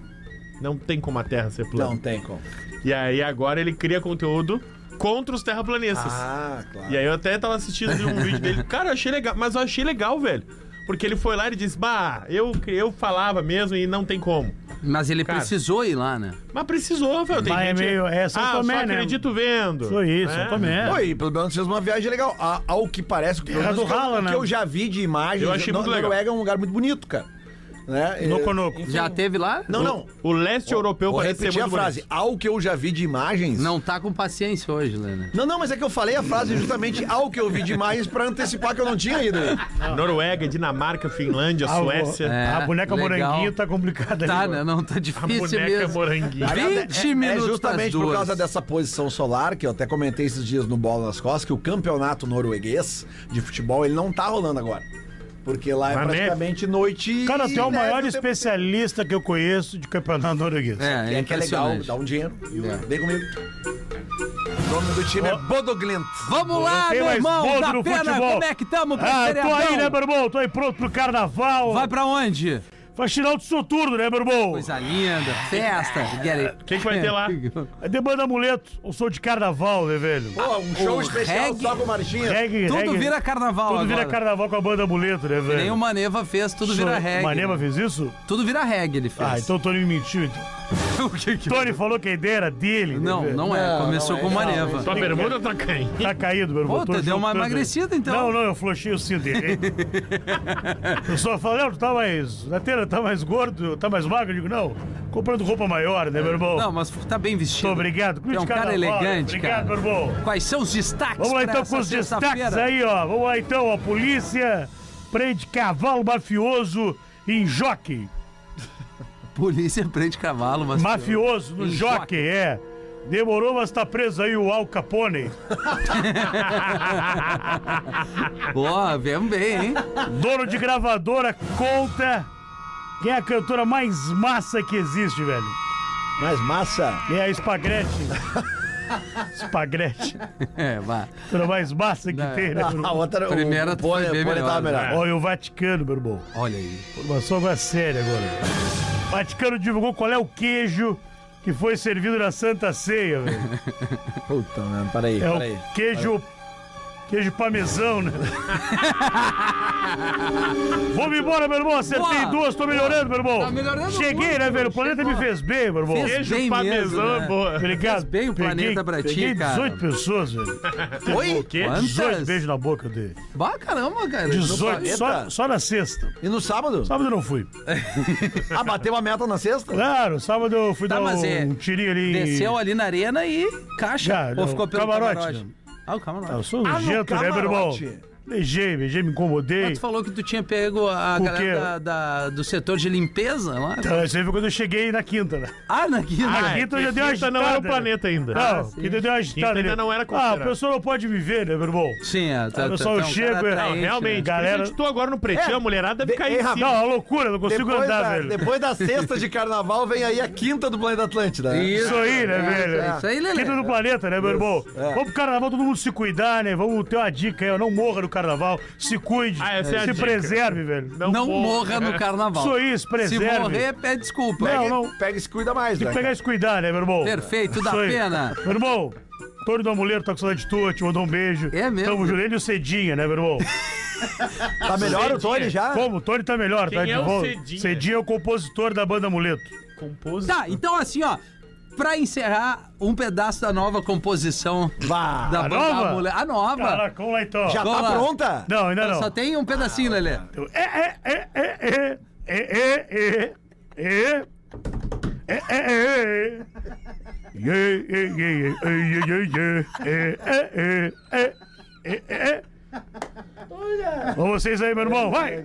S4: não tem como a Terra ser plana.
S3: Não tem como.
S4: E aí agora ele cria conteúdo contra os terraplanistas.
S3: Ah, claro.
S4: E aí eu até tava assistindo um vídeo dele, cara, eu achei legal, mas eu achei legal, velho. Porque ele foi lá e disse, bah, eu, eu falava mesmo e não tem como.
S1: Mas ele
S4: Cara.
S1: precisou ir lá, né?
S4: Mas precisou, velho. Tem
S2: Mas é
S4: gente-
S2: meio- é São
S4: ah,
S2: Tomé,
S4: só
S2: né?
S4: acredito vendo.
S2: Sou isso,
S4: né?
S2: eu também. é.
S3: Pô, e pelo menos fez uma viagem legal. A- Ao que parece, pelo menos
S2: do
S3: o que eu-
S2: ralo,
S3: o
S2: né?
S3: que eu já vi de imagens,
S4: Eu achei
S3: no-
S4: muito legal.
S3: Noruega é um lugar muito bonito, cara. Né?
S2: No
S3: É-
S2: Conoco.
S1: Já teve lá?
S3: Não, não.
S4: O leste europeu
S3: Vou
S4: parece ser
S3: repetir
S4: muito
S3: a frase.
S4: bonito.
S3: Ao que eu já vi de imagens.
S1: Não tá com paciência hoje, Lena.
S3: Não, não, mas é que eu falei a frase justamente ao que eu vi de imagens pra antecipar que eu não tinha ido.
S4: Noruega, Dinamarca, Finlândia,
S2: Ah, o-
S4: Suécia.
S1: É,
S2: a boneca
S1: legal.
S2: moranguinho tá complicada
S1: Tá,
S2: ali.
S1: né? Não tá
S4: A
S1: difícil
S4: boneca
S1: mesmo.
S4: moranguinho.
S3: Aliás, é-
S1: 20
S3: é,
S1: minutos
S3: É
S1: pras
S3: justamente
S1: duas.
S3: por causa dessa posição solar, que eu até comentei esses dias no Bola nas Costas, que o campeonato norueguês de futebol, ele não tá rolando agora. Porque lá é
S4: Na neve.
S3: praticamente noite.
S2: Cara, tu é o
S3: e neve
S2: maior
S3: tempo
S2: especialista que eu conheço de campeonato norueguês.
S1: É,
S3: E
S1: é
S3: é que é legal,
S1: impressionante.
S3: dá um dinheiro. E
S1: É.
S3: o- Vem comigo. O nome do time é Bodoglint.
S1: Vamos lá,
S2: Tem
S1: meu
S2: mais
S1: irmão,
S2: bodo
S1: da
S2: no
S1: pena,
S2: futebol.
S1: como é que tamo,
S2: Ah, tô
S1: feriadão?
S2: aí, né, meu irmão? Tô aí pronto pro carnaval.
S1: Vai pra onde?
S2: Vai tirar o soturno, né, meu irmão?
S1: Coisa linda, festa. O
S4: que que vai ter lá?
S2: É demanda amuleto, o som de carnaval, né, velho?
S3: Pô, um show
S1: Ah, o
S3: especial
S1: reggae-
S3: só com o Marchinha.
S2: Reggae,
S1: Tudo
S2: reggae.
S1: vira carnaval
S2: Tudo vira
S1: agora.
S2: carnaval com a banda amuleto, né, velho?
S1: Nem o Maneva fez, tudo vira reggae.
S2: Manema fez isso?
S1: Tudo vira reggae ele fez.
S2: Ah, então o Tony me mentiu. então.
S1: o que que...
S2: Tony falou que a ideia era dele. né,
S1: Não,
S2: velho?
S1: não é.
S3: Não,
S1: Começou
S3: não
S1: com
S3: é,
S1: o
S3: não,
S1: Maneva.
S4: Tua bermuda tá quem?
S2: Tá caído, meu irmão.
S1: Pô,
S2: Tô
S1: tu deu uma
S2: juntando aí.
S1: emagrecida, então.
S2: Não, não, eu flochei o cinto direito. eu só falei, não, tu tá mais. Na telha tá mais gordo, tá mais magro? Eu digo, não. Comprando roupa maior, né, meu irmão?
S1: Não, mas tá bem vestido.
S2: Muito obrigado. Clube
S1: É um
S2: de
S1: cara
S2: Carnaval, né?
S1: elegante,
S2: obrigado,
S1: cara.
S2: meu irmão.
S1: Quais são os destaques
S2: Vamos lá
S1: pra
S2: então
S1: essa
S2: com os destaques
S1: sexta-feira?
S2: aí, ó. Vamos lá então, ó. Polícia prende cavalo mafioso em jockey.
S1: Polícia prende cavalo, mas...
S2: Mafioso no
S1: Em
S2: jockey, é. Demorou, mas tá preso aí o Al Capone.
S1: Ó, vemos bem, hein?
S2: Dono de gravadora conta quem é a cantora mais massa que existe, velho.
S3: Mas massa.
S2: É a Spagrete. Spagrete.
S1: É, vá.
S2: Cantora mais massa que
S1: Não.
S2: tem, né, meu
S3: A
S2: irmão?
S3: outra,
S1: Primeira
S3: o Pony,
S1: foi bem
S3: o Pony tava
S1: melhor, né?
S3: melhor.
S2: Olha o Vaticano, meu irmão.
S1: Olha aí.
S2: Informação agora séria agora. O Vaticano divulgou qual é o queijo que foi servido na Santa Ceia, velho.
S1: né?
S3: Puta, mano, peraí,
S2: É
S3: peraí.
S2: o queijo. Queijo parmesão, né? Vamos embora, meu irmão. Acertei
S1: Boa.
S2: duas, tô melhorando, meu irmão.
S1: Tá melhorando
S2: Cheguei,
S1: muito,
S2: né, velho? O
S1: chegou.
S2: planeta me fez bem, meu irmão.
S1: Fez
S2: Queijo é
S1: bem mesmo, né?
S2: Obrigado.
S1: Fez bem o planeta pra ti,
S2: peguei
S1: cara.
S2: 18 pessoas, velho.
S3: Oi?
S4: quê?
S1: Quantas?
S2: 18 beijos na boca dele.
S1: Bah, caramba, cara.
S2: 18, só,
S3: planeta?
S2: só na sexta.
S3: E no sábado?
S2: Sábado eu não fui.
S3: Ah, bateu a meta na sexta?
S2: Claro, sábado eu fui
S1: Tá,
S2: dar
S1: mas
S2: um,
S1: é-
S2: tirinho ali. em-
S1: Desceu ali na arena e caixa.
S2: Já,
S1: Ou
S2: não,
S1: ficou pelo
S2: camarote,
S1: camarote?
S2: né?
S1: Ah, o camarote.
S2: Ah, eu sou
S3: Ah, no
S2: nojento, né, meu irmão?
S3: camarote.
S2: Beijei, beijei, me incomodei.
S1: Mas tu falou que tu tinha pego a
S2: O quê?
S1: galera da- da- do setor de limpeza lá.
S2: Então, Isso aí foi quando eu cheguei na quinta, né?
S1: Ah, naquilo.
S2: Ah, Quinta eu já dei uma
S4: Quinta é não era o
S2: agitada,
S4: planeta ainda.
S2: Não, ah,
S1: sim.
S2: quinta deu uma agitada.
S4: ainda
S2: né?
S4: não era
S2: Ah,
S4: considerado.
S2: o pessoal não pode me ver, né, meu irmão?
S1: Sim, é, tá,
S2: Ah,
S1: tá,
S2: pessoal,
S1: tá, um
S2: chega,
S1: cara
S2: é, não,
S1: atraente,
S4: Realmente,
S1: né?
S2: Galera-
S4: galera... tu agora no pretinho,
S3: É.
S4: a mulherada
S3: De-
S4: fica
S3: Ei,
S4: em
S3: rapaz,
S2: Não,
S4: cima.
S2: é uma loucura, não consigo
S3: Depois,
S2: andar,
S3: da,
S2: velho.
S3: depois da sexta de carnaval vem aí a quinta do Planeta Atlântida. né?
S1: Isso.
S2: Isso aí, né, velho?
S1: Isso aí, Lelê.
S2: Quinta do planeta, né, meu irmão? Vamos pro carnaval, todo mundo se cuidar, né? Vamos ter uma dica aí, ó, não morra no carnaval, se cuide,
S4: Ah, essa é a
S2: se
S4: dica.
S2: preserve, velho.
S1: Não morra
S4: morra.
S1: no carnaval.
S2: Isso aí, se
S1: Se
S2: É. preserve.
S1: morrer, pede desculpa. É
S2: Não, não.
S3: Pega e se cuida mais,
S2: Tem
S3: né?
S2: que pegar
S3: cara?
S2: e se cuidar, né, meu irmão?
S1: Perfeito, dá
S2: Isso aí.
S1: pena.
S2: Meu irmão, Tony do Amuleiro tá com saudade de tua, te mandou um beijo.
S1: É mesmo?
S2: Tamo junto, ele e o Cedinha, né, meu irmão?
S3: Tá melhor o Tony já?
S2: Como? O Tony tá melhor,
S4: Quem
S2: tá de
S4: é o
S2: volta.
S4: Cedinha?
S2: Cedinha é o compositor da banda Amuleto.
S1: Tá, então assim, ó. Pra encerrar, um pedaço da nova composição
S3: Vá.
S1: da
S2: a
S1: banda
S2: nova?
S1: Amule- A nova.
S2: Caraca, vamos lá então.
S3: Já
S1: Vamos
S3: tá
S1: lá.
S3: pronta?
S2: Não, ainda não.
S1: Só tem um pedacinho, Lelê.
S2: É, é, é, é, é, é, é, é, é. É, é, é, é. Iê, iê, iê, iê, iê, iê, iê. É, é, é, é, é, é. Com vocês aí, meu irmão, vai!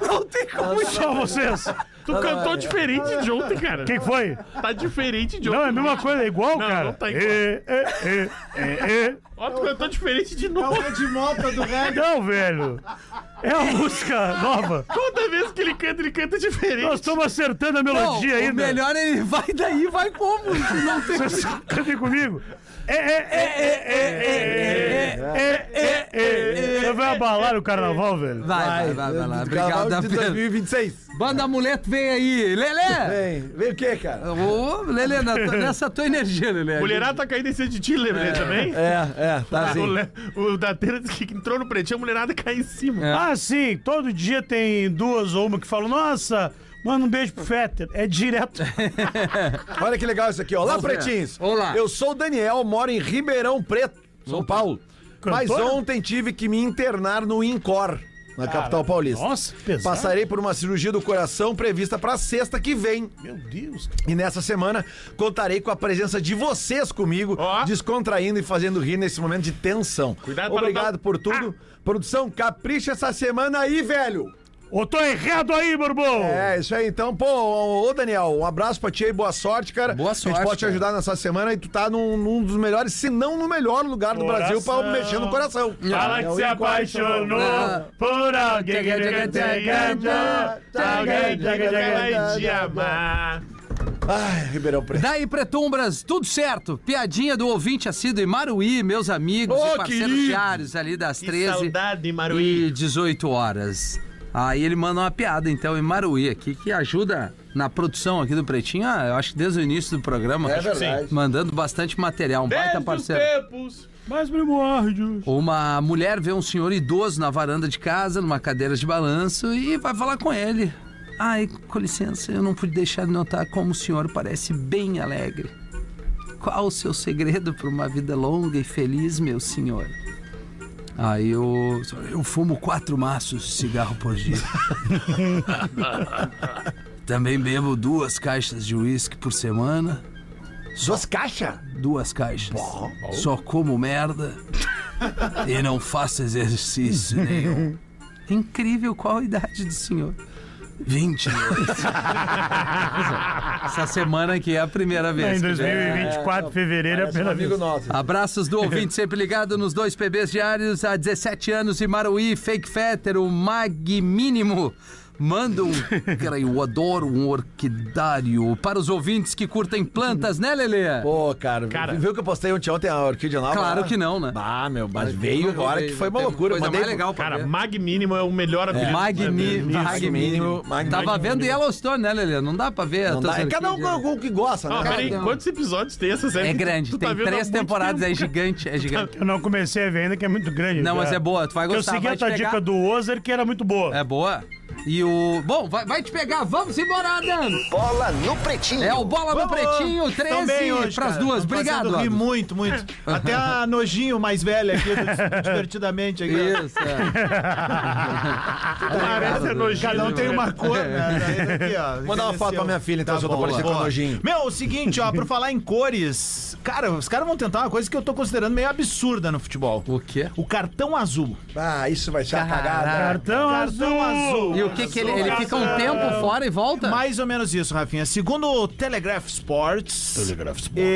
S1: Não tem como.
S2: Só vocês!
S4: Tu cantou diferente de ontem, cara.
S2: Quem foi?
S4: Tá diferente de
S2: Não, é a
S4: ontem.
S2: mesma coisa, é igual,
S4: Não,
S2: cara.
S4: não tá igual.
S2: É, é, é, é, é.
S4: Ó, tu cantou diferente de novo.
S3: É de moto do ré.
S2: Não, velho. É a música nova.
S4: Toda vez que ele canta, ele canta
S2: Nós
S4: diferente.
S2: estamos acertando a
S1: Não,
S2: melodia
S1: o
S2: ainda.
S1: melhor ele vai daí, vai como? Não tem
S2: Cantem comigo. É, é, é, é, é, é, é, é, é, Ei, vai abalar o carnaval, velho.
S1: Vai, vai, Ah, vai, vai lá.
S3: Do carnaval
S1: Obrigado,
S3: de
S1: Pedro.
S3: 2026.
S1: Banda Amuleto vem aí. Lelê!
S3: Vem, vem o quê, cara?
S1: Ô, Lelê, na tua- nessa tua energia, Lelê.
S4: Mulherada tá caindo em cima de ti, lembrei também?
S3: É, é, tá
S4: O,
S3: assim.
S4: Le- o Datena disse que entrou no pretinho, a mulherada cai em cima.
S1: É.
S2: Ah, sim, todo dia tem duas ou uma que falam, nossa, manda um beijo pro Fetter. É direto.
S3: Olha que legal isso aqui, ó. Lá, Pretinhos.
S1: Vamos lá.
S3: Eu sou o Daniel, moro em Ribeirão Preto, São Paulo. Mas
S2: Cantora?
S3: ontem tive que me internar no INCOR, na capital paulista.
S2: Nossa, que pesado.
S3: Passarei por uma cirurgia do coração prevista pra sexta que vem.
S2: Meu Deus.
S3: E nessa semana contarei com a presença de vocês comigo,
S4: Ó.
S3: descontraindo e fazendo rir nesse momento de tensão.
S4: Cuidado pra não
S3: Obrigado
S4: dar- um Ah.
S3: por tudo. Produção, capricha essa semana aí, velho.
S2: Ô, tô errado aí, Borbão.
S3: É, isso aí. Então, pô, ô ô, Daniel, um abraço pra ti aí, boa sorte, cara.
S1: Boa
S3: A
S1: sorte,
S3: gente pode te
S1: cara.
S3: ajudar nessa semana e tu tá num, num dos melhores, se não no melhor lugar do
S2: Coração.
S3: Brasil pra mexer no coração.
S2: Fala que
S3: É o
S2: se
S3: Igor,
S2: apaixonou
S1: Não.
S2: por alguém que nunca te enganou. Alguém que nunca te
S4: Vai te amar.
S3: então. Ai, Ribeirão Preto.
S1: Daí, Pretumbras, tudo certo. Piadinha do ouvinte assíduo em Maruí, meus amigos
S3: Ô,
S1: e parceiros
S3: querido.
S1: diários ali das
S4: Que
S1: 13
S4: saudade, Maruí.
S1: e 18 horas. Aí ele manda uma piada, então, em Maruí aqui, que ajuda na produção aqui do Pretinho, ah, eu acho que desde o início do programa.
S3: É verdade.
S1: Mandando bastante material, um baita
S4: Desde os
S1: parceiro.
S4: tempos.
S2: Mais primórdios.
S1: Uma mulher vê um senhor idoso na varanda de casa, numa cadeira de balanço, e vai falar com ele. Ai, com licença, eu não pude deixar de notar como o senhor parece bem alegre. Qual o seu segredo para uma vida longa e feliz, meu senhor? Aí eu. Eu fumo quatro maços de cigarro por dia. Também bebo duas caixas de uísque por semana.
S3: Suas caixas?
S1: Duas caixas. Só como merda e não faço exercício nenhum. Incrível qual a idade do senhor. 28. Essa semana que é a primeira
S2: Em
S1: vez. que vem.
S2: 2024, fevereiro, é
S3: Parece um
S2: pela
S3: amigo
S2: vez.
S3: nosso.
S1: Abraços do ouvinte sempre ligado nos dois PBs diários há 17 anos em Maruí, Fake Fetter, o Mag Mínimo. Manda um. Cara, eu adoro um orquidário. Para os ouvintes que curtem plantas, né, Lelê?
S3: Pô, cara,
S4: Cara.
S3: viu que eu postei ontem, ontem a Orquídea Nova?
S1: Claro
S3: lá?
S1: que não, né?
S3: Ah, meu, mas veio agora que foi uma loucura.
S1: Coisa
S3: Mandei
S1: mais legal pra
S4: Cara,
S1: ver.
S4: Mag Mínimo é o melhor apelido.
S1: Magni,
S3: Mag
S1: Magni.
S3: Mínimo, Mag
S1: Tava
S3: Mínimo.
S1: vendo Yellowstone, né, Lelê? Não dá pra ver.
S3: Não
S1: a
S3: dá. É cada um
S1: Tosarquinha.
S3: com o que gosta, né?
S4: Ah,
S3: cara?
S4: peraí,
S1: Cada um.
S4: quantos episódios tem essa série?
S1: É
S4: que tu-
S1: grande,
S4: tu tá
S1: tem
S4: vendo há
S1: três
S4: muito
S1: temporadas,
S4: tempo?
S1: é gigante, é gigante.
S2: Eu não comecei a ver ainda, que é muito grande.
S1: Não, mas é boa, tu vai
S2: Eu
S1: gostar,
S2: segui
S1: vai
S2: a
S1: te
S2: tua
S1: pegar.
S2: dica do Ozer, que era muito boa.
S1: É boa. E o. Bom, vai, vai te pegar, vamos embora, Adams!
S5: Bola no Pretinho.
S1: É o Bola do Pretinho, 13 pras duas. Obrigado,
S6: Ri
S1: Adams.
S6: muito, muito. Até a Nojinho mais velha aqui, do- divertidamente. Aqui.
S1: Isso, é.
S4: Parece elogio.
S6: Cada um tem uma cor, né? Daí daqui, ó,
S3: Mandar uma foto pra minha filha, então,
S6: Tá
S3: se eu tô
S6: bom,
S3: parecendo
S6: boa.
S3: com nojinho.
S6: Meu, o seguinte, ó, pra falar em cores, cara, os caras vão tentar uma coisa que eu tô considerando meio absurda no futebol.
S1: O quê?
S6: O cartão azul.
S3: Ah, isso vai ser uma cagada.
S2: Cartão,
S6: Cartão
S2: azul.
S6: azul.
S1: Ah, E o que que ele. Ele fica um tempo fora e
S3: Tá.
S1: volta?
S6: Mais ou menos isso, Rafinha. Segundo o Telegraph Sports. Telegraph Sports.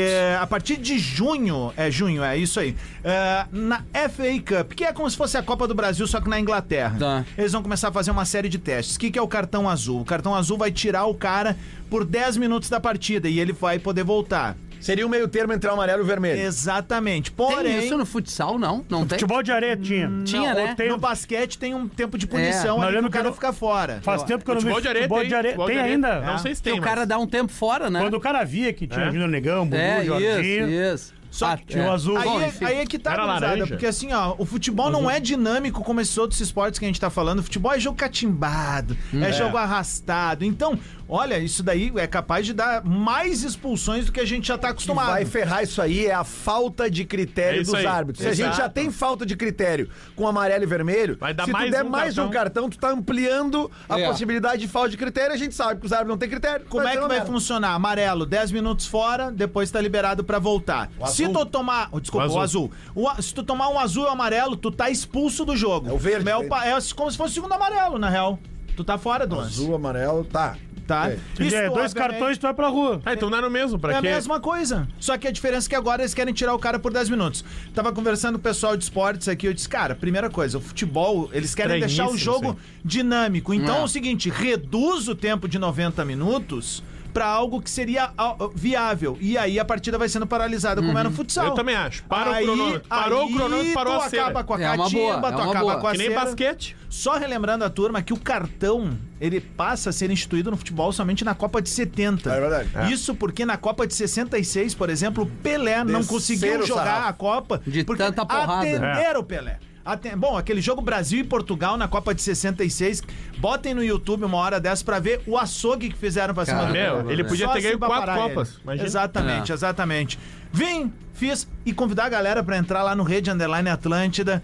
S6: a partir de junho, é junho, é isso aí. é, na FA Cup, que é como se fosse a Copa do Brasil, só que na Inglaterra.
S1: Tá.
S6: Eles vão começar a fazer uma série de testes. O que, que é o cartão azul? O cartão azul vai tirar o cara por 10 minutos da partida e ele vai poder voltar.
S3: Seria o meio termo entre o amarelo e o vermelho.
S6: Exatamente.
S1: Tem
S6: Porém. né,
S1: isso no futsal, não? Não tem?
S2: Futebol de areia tinha.
S1: Tinha, né?
S2: Tem-
S6: No basquete tem um tempo de
S1: É.
S6: punição
S2: Mas eu
S6: ali que
S2: lembro
S6: o
S2: que
S6: cara
S2: eu-
S6: fica fora.
S2: Faz tempo que eu não vi
S4: Futebol de areia
S2: futebol de areia.
S4: futebol
S2: Tem
S4: de areia.
S2: ainda?
S4: Não sei se tem,
S1: O cara
S4: mas-
S1: dá um tempo fora, né?
S2: Quando o cara via que tinha
S4: É.
S2: Júnior Negão, Bubu,
S1: É,
S2: Jorginho.
S1: isso, isso.
S6: Só
S1: Ah,
S6: que
S2: Tinha o azul.
S6: Aí,
S1: Bom,
S6: é-
S1: enfim.
S6: aí é que tá,
S4: Era
S6: gurizada,
S4: laranja.
S6: porque assim, ó, o futebol não é dinâmico como esses outros esportes que a gente tá falando. O futebol é jogo catimbado, é jogo arrastado. Então, olha, isso daí é capaz de dar mais expulsões do que a gente já tá
S3: O que
S6: acostumado.
S3: vai ferrar isso aí é a falta de critério
S4: É isso
S3: dos
S4: aí.
S3: árbitros. Se a
S4: Exato.
S3: gente já tem falta de critério com amarelo e vermelho,
S4: Vai dar
S3: se tu
S4: mais
S3: der
S4: um
S3: mais um cartão, tu tá ampliando a
S1: É.
S3: possibilidade de falta de critério. A gente sabe que os árbitros não têm critério.
S6: Como é
S3: ser
S6: que
S3: uma
S6: vai
S3: merda.
S6: funcionar? Amarelo, 10 minutos fora, depois tá liberado pra voltar. Se tu tomar. oh, Desculpa,
S4: O
S6: o azul. O a- se tu tomar um azul e um amarelo, tu tá expulso do jogo.
S3: É o verde,
S6: É, o
S3: verde.
S6: pa- é como se fosse o segundo amarelo, na real. Tu tá fora do lance.
S3: Azul, amarelo, tá.
S6: Tá?
S3: Ok.
S2: Se der
S6: Isso,
S2: É, dois
S6: obviamente,
S2: cartões, tu vai pra rua.
S4: Ah, então não era o mesmo, pra
S6: é a
S4: quê?
S6: mesma coisa. Só que a diferença é que agora eles querem tirar o cara por 10 minutos. Tava conversando com o pessoal de esportes aqui, eu disse, cara, primeira coisa, o futebol, eles querem
S4: Estranhíssimo
S6: deixar o jogo
S4: isso
S6: dinâmico. Então é.
S1: É.
S6: o seguinte, reduz o tempo de 90 minutos pra algo que seria ah, viável. E aí a partida vai sendo paralisada, como
S1: Uhum.
S6: era no futsal.
S1: Então,
S4: Eu também acho. Para o cronômetro. Parou o
S6: aí
S4: cronômetro, parou
S6: tu
S4: a cera.
S6: acaba com a
S1: É uma boa,
S6: catimba,
S1: é
S6: tu
S1: uma
S6: acaba
S1: boa.
S6: com a
S4: Que nem
S6: cera.
S4: basquete.
S6: Só relembrando a turma que o cartão ele passa a ser instituído no futebol somente na Copa de 70.
S3: É verdade. É.
S6: Isso porque na Copa de 66, por exemplo, o Pelé não
S3: Desceram
S6: conseguiu
S3: o
S6: jogar
S3: sarrafo.
S6: a Copa
S1: De
S6: porque
S1: tanta porrada.
S6: atenderam o Pelé. Aten- Bom, aquele jogo Brasil e Portugal na Copa de 66, botem no YouTube uma hora dessa pra ver o açougue que fizeram pra cima
S1: Cara,
S6: do
S1: meu,
S6: Pelé.
S4: ele podia
S6: Só
S4: ter ganho
S6: assim pra
S4: quatro
S6: parar
S4: Copas,
S6: ele.
S4: imagina.
S6: Exatamente,
S1: É.
S6: exatamente. Vim, fiz e convidar a galera pra entrar lá no Rede Underline Atlântida,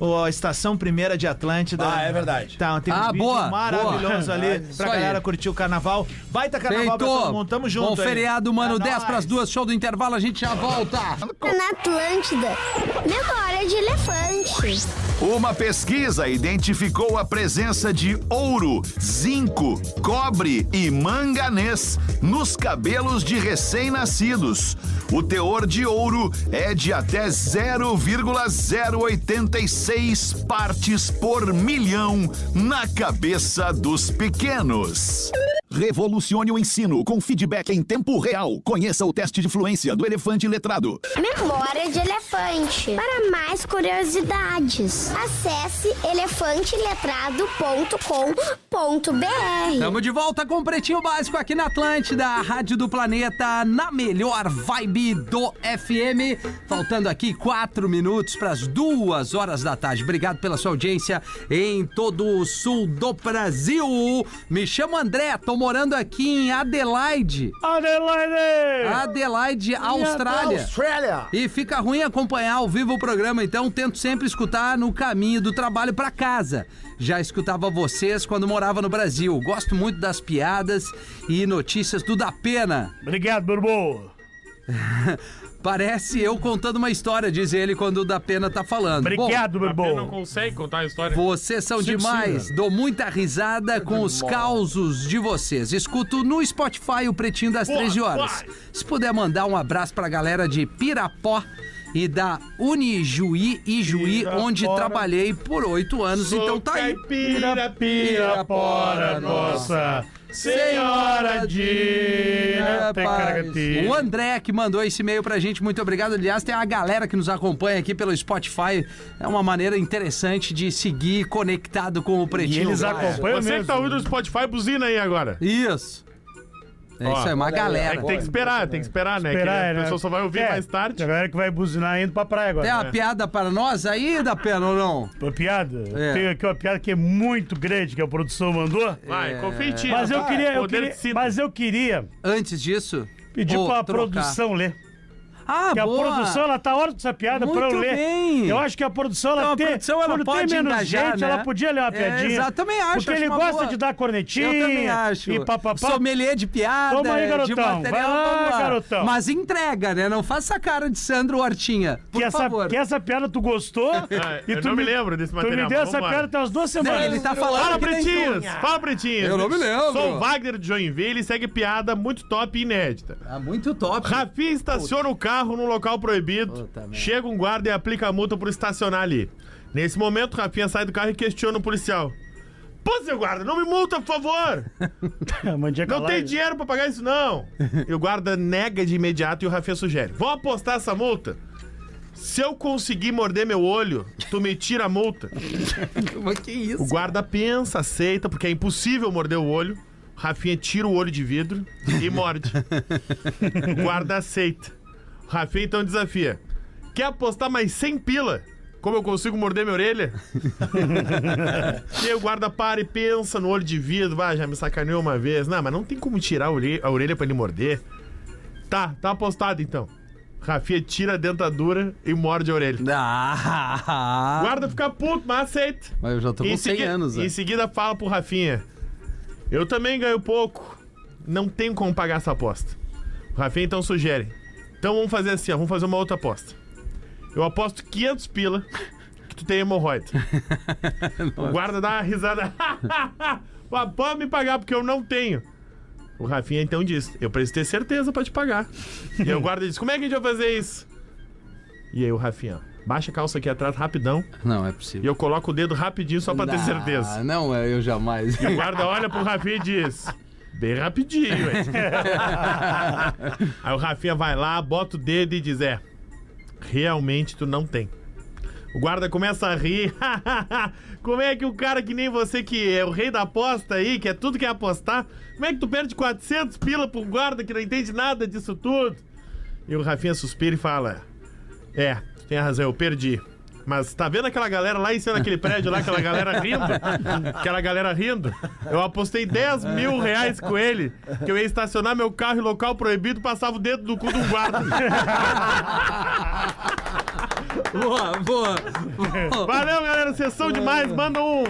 S6: ou a Estação Primeira de Atlântida.
S3: Ah, é verdade.
S6: Tá, tem um
S1: Ah,
S6: vídeo
S1: boa,
S6: maravilhoso
S1: boa.
S6: ali
S1: Isso
S6: pra
S1: aí.
S6: galera curtir o carnaval. Vai tá carnaval pra todo
S1: Feito.
S6: mundo, tamo junto.
S1: Bom
S6: aí.
S1: feriado, mano.
S6: É
S1: 10 pras
S6: nóis.
S1: 2, show do intervalo, a gente já volta.
S5: Tá Na Atlântida, memória de elefante.
S7: Uma pesquisa identificou a presença de ouro, zinco, cobre e manganês nos cabelos de recém-nascidos. O teor de ouro é de até 0,086 partes por milhão na cabeça dos pequenos. Revolucione o ensino com feedback em tempo real. Conheça o teste de fluência do elefante letrado.
S5: Memória de elefante. Para mais curiosidades, acesse elefanteletrado.com.br.
S1: Tamo de volta com o Pretinho Básico aqui na Atlântida, a Rádio do Planeta, na melhor vibe do FM. Faltando aqui quatro minutos pras duas horas da tarde. Obrigado pela sua audiência em todo o sul do Brasil. Me chamo André, tô morando aqui em Adelaide.
S2: Adelaide!
S1: Adelaide, Austrália.
S3: Austrália.
S1: E fica ruim acompanhar ao vivo o programa, então tento sempre escutar no caminho do trabalho pra casa. Já escutava vocês quando morava no Brasil. Gosto muito das piadas e notícias do Da Pena.
S2: Obrigado, meu irmão.
S1: Parece eu contando uma história, diz ele quando o Da Pena tá falando. Bom,
S2: Obrigado, meu
S4: Ele não
S2: irmão.
S4: consegue contar a história.
S1: Vocês são demais. Dou muita
S2: É
S1: risada com os causos de vocês. Escuto no Spotify o Pretinho das 13 horas. Se puder mandar um abraço pra galera de Pirapó e da Unijuí e Juí,
S2: Pirapora.
S1: onde trabalhei por oito anos. então tá aí.
S4: Caipira,
S1: pira, pora,
S2: nossa
S1: Senhora de Paz.
S2: Tecaracatina.
S1: O André que mandou esse e-mail pra gente, muito obrigado. Aliás, tem uma galera que nos acompanha aqui pelo Spotify. É uma maneira interessante de seguir conectado com o
S2: E
S1: Pretinho.
S2: eles
S1: Básico.
S2: acompanham
S4: Você que
S2: mesmo. né?
S4: tá ouvindo o Spotify, buzina aí agora.
S1: Isso. É
S4: Ó,
S1: isso aí, uma
S4: É
S1: galera.
S4: que tem que esperar, tem que esperar, né?
S2: Esperar,
S4: que a
S2: né?
S4: pessoa só vai ouvir
S2: É,
S4: mais tarde.
S2: Tem a galera que vai buzinar indo pra praia
S1: Tem
S2: agora.
S1: uma piada para nós aí, da pena ou não?
S2: Uma piada?
S1: É.
S2: Tem aqui uma piada que é muito grande que a produção mandou.
S1: É.
S4: Vai, confia em ti.
S2: Mas eu
S4: rapaz.
S2: queria, eu
S4: Poder
S2: queria,
S4: de cinto.
S2: mas eu queria
S1: Antes disso.
S2: pedir
S1: vou
S2: pra
S1: trocar.
S2: produção ler.
S1: Ah,
S2: Que a
S1: boa.
S2: produção, ela tá hora dessa piada pra
S1: Muito
S2: eu ler.
S1: bem.
S2: Eu acho que a produção, ela
S1: Então, a
S2: tem.
S1: produção, ela
S2: quando
S1: pode
S2: tem menos
S1: engajar,
S2: gente,
S1: né?
S2: ela podia ler uma
S1: É,
S2: piadinha.
S1: exato, também acho,
S2: Porque
S1: acho
S2: ele
S1: uma
S2: gosta
S1: boa.
S2: de dar cornetinha.
S1: Eu também acho.
S2: E papapá.
S1: Sommelier de piada,
S2: Toma aí,
S1: de
S2: garotão.
S1: material.
S2: Vai lá,
S1: vamos
S2: garotão.
S1: Mas entrega, né? Não faça a cara de Sandro Hortinha. Por
S2: que essa,
S1: favor.
S2: que essa piada tu gostou?
S4: Ah, eu não me lembro desse
S2: Tu me
S4: material,
S2: deu
S4: mas
S2: essa
S4: vambora.
S2: piada tem umas duas semanas.
S1: ele tá falando
S4: Fala,
S1: que tem
S4: Pretinhos!
S1: tudo.
S4: Fala, Pretinhos!
S1: Eu não me lembro.
S4: Sou o Wagner de Joinville e segue piada muito top e inédita.
S1: Ah, muito top.
S4: Rafinha estaciona o carro num local proibido.
S1: Puta merda.
S4: Chega um guarda e aplica a multa por estacionar ali. Nesse momento, Rafinha sai do carro e questiona o policial. Pô, seu guarda, não me multa, por favor!
S1: tá-
S2: Mandioca
S4: Não
S2: lá.
S4: tem dinheiro pra pagar isso, não! E o guarda nega de imediato e o Rafinha sugere. Vão apostar essa multa? Se eu conseguir morder meu olho, tu me tira a multa.
S1: Mas que isso?
S4: O guarda pensa, aceita, porque é impossível morder o olho. Rafinha tira o olho de vidro e morde. o guarda aceita. Rafinha então desafia. Quer apostar mais 100 pila? Como eu consigo morder minha orelha? e aí o guarda para e pensa no olho de vidro. Vai, já me sacaneou uma vez. Não, mas não tem como tirar a orelha, a orelha pra ele morder. Tá, tá apostado então. Rafinha tira a dentadura e morde a orelha. O
S1: Ah,
S4: guarda fica puto, mas aceita.
S1: mas eu já tô com 100
S4: segui-
S1: anos. né?
S4: em seguida fala pro Rafinha: Eu também ganho pouco. Não tenho como pagar essa aposta. O Rafinha então sugere: Então vamos fazer assim, ó, vamos fazer uma outra aposta. Eu aposto 500 pila que tu tem hemorroida. o guarda dá uma risada: "Ah, Pode me pagar porque eu não tenho. O Rafinha então diz: Eu preciso ter certeza pra te pagar. e aí o guarda diz: Como é que a gente vai fazer isso? E aí o Rafinha: ó, Baixa a calça aqui atrás rapidão.
S1: Não, é
S4: E
S1: possível.
S4: eu coloco o dedo rapidinho só pra ter certeza.
S1: Ah, não, eu jamais.
S4: O guarda olha pro Rafinha e diz: Bem rapidinho, hein? Aí o Rafinha vai lá, bota o dedo e diz: É, realmente tu não tem. O guarda começa a rir. como é que o cara que nem você, que é o rei da aposta aí, que é tudo que é apostar, como é que tu perde 400 pila pro guarda que não entende nada disso tudo? E o Rafinha suspira e fala: É, tu tem razão, eu perdi. Mas tá vendo aquela galera lá em cima daquele prédio lá, aquela galera rindo? Aquela galera rindo? Eu apostei 10 mil reais com ele que eu ia estacionar meu carro em local proibido passava o dedo do cu do guarda.
S1: Boa, boa.
S4: Valeu, galera, sessão demais. Manda um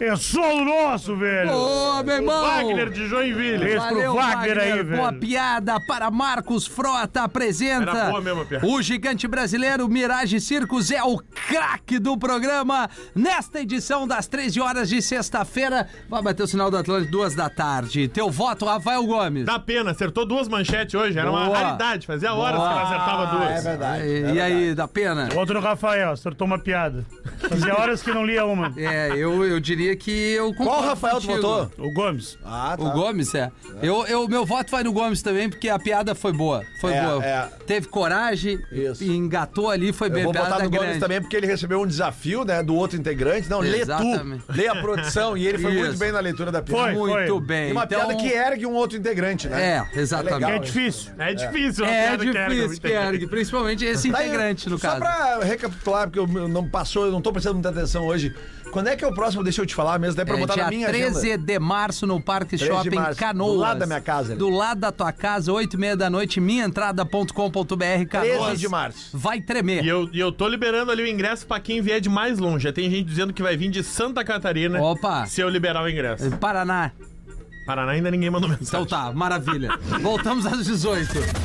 S2: É só o nosso, velho.
S1: Ô, meu irmão.
S4: Wagner de Joinville.
S2: Beijo pro Wagner aí, velho.
S1: Boa piada para Marcos Frota apresenta.
S4: Era boa mesmo a piada.
S1: O gigante brasileiro Mirage Circos é o craque do programa nesta edição das 13 horas de sexta-feira. Vai bater o sinal do Atlântico duas da tarde. Teu voto, Rafael Gomes.
S4: Dá pena, acertou duas manchetes hoje. Era uma
S1: Boa.
S4: raridade, fazia horas que ela acertava
S3: É
S4: duas.
S1: E-
S3: verdade.
S1: e aí, dá pena?
S2: Outro Rafael, acertou uma piada. Fazia horas que não lia uma.
S1: É, eu, eu diria que eu
S3: Qual
S1: concordo
S3: Rafael tu
S1: contigo.
S3: votou?
S2: O Gomes.
S3: Ah,
S1: O Gomes, é. Eu, eu, meu voto vai no Gomes também, porque a piada foi boa. Foi
S3: É,
S1: boa.
S3: é.
S1: Teve coragem,
S3: Isso.
S1: e engatou ali, foi
S3: Eu
S1: bem
S3: vou
S1: piada
S3: botar no Gomes
S1: grande.
S3: também, porque ele recebeu um desafio, né, do outro integrante. Não, lê
S1: Exatamente.
S3: tu, lê a produção. E ele foi muito
S1: Isso.
S3: bem na leitura da piada.
S2: Foi.
S1: Muito bem.
S3: Tem né? uma
S1: então,
S3: piada que ergue um outro integrante, né?
S1: É, exatamente.
S2: É
S3: legal.
S2: difícil.
S4: É difícil, uma
S1: É
S4: piada que era,
S1: difícil,
S4: que eu entendi.
S1: Kerg, principalmente esse
S3: Daí,
S1: integrante, no
S3: né? Tá só
S1: caso.
S3: pra recapitular, porque eu não passou, eu não tô prestando muita atenção hoje. Quando é que é o próximo? Deixa eu te falar mesmo, daí pra
S1: É,
S3: botar
S1: dia
S3: na minha
S1: 13
S3: agenda.
S1: de março no Parque
S3: 13 de
S1: Shopping
S3: março, do
S1: Canoas.
S3: lado da minha casa, né? ali.
S1: Do lado da tua casa, 8 e meia da noite, minhaentrada.com.br,
S3: 13
S1: Canoas.
S3: de março.
S1: Vai tremer.
S4: E eu, e eu tô liberando ali o ingresso pra quem vier de mais longe. Já tem gente dizendo que vai vir de Santa Catarina
S1: Opa.
S4: se eu liberar o ingresso.
S1: Paraná.
S4: Paraná ainda ninguém mandou mensagem.
S1: Então tá, maravilha. Voltamos às 18.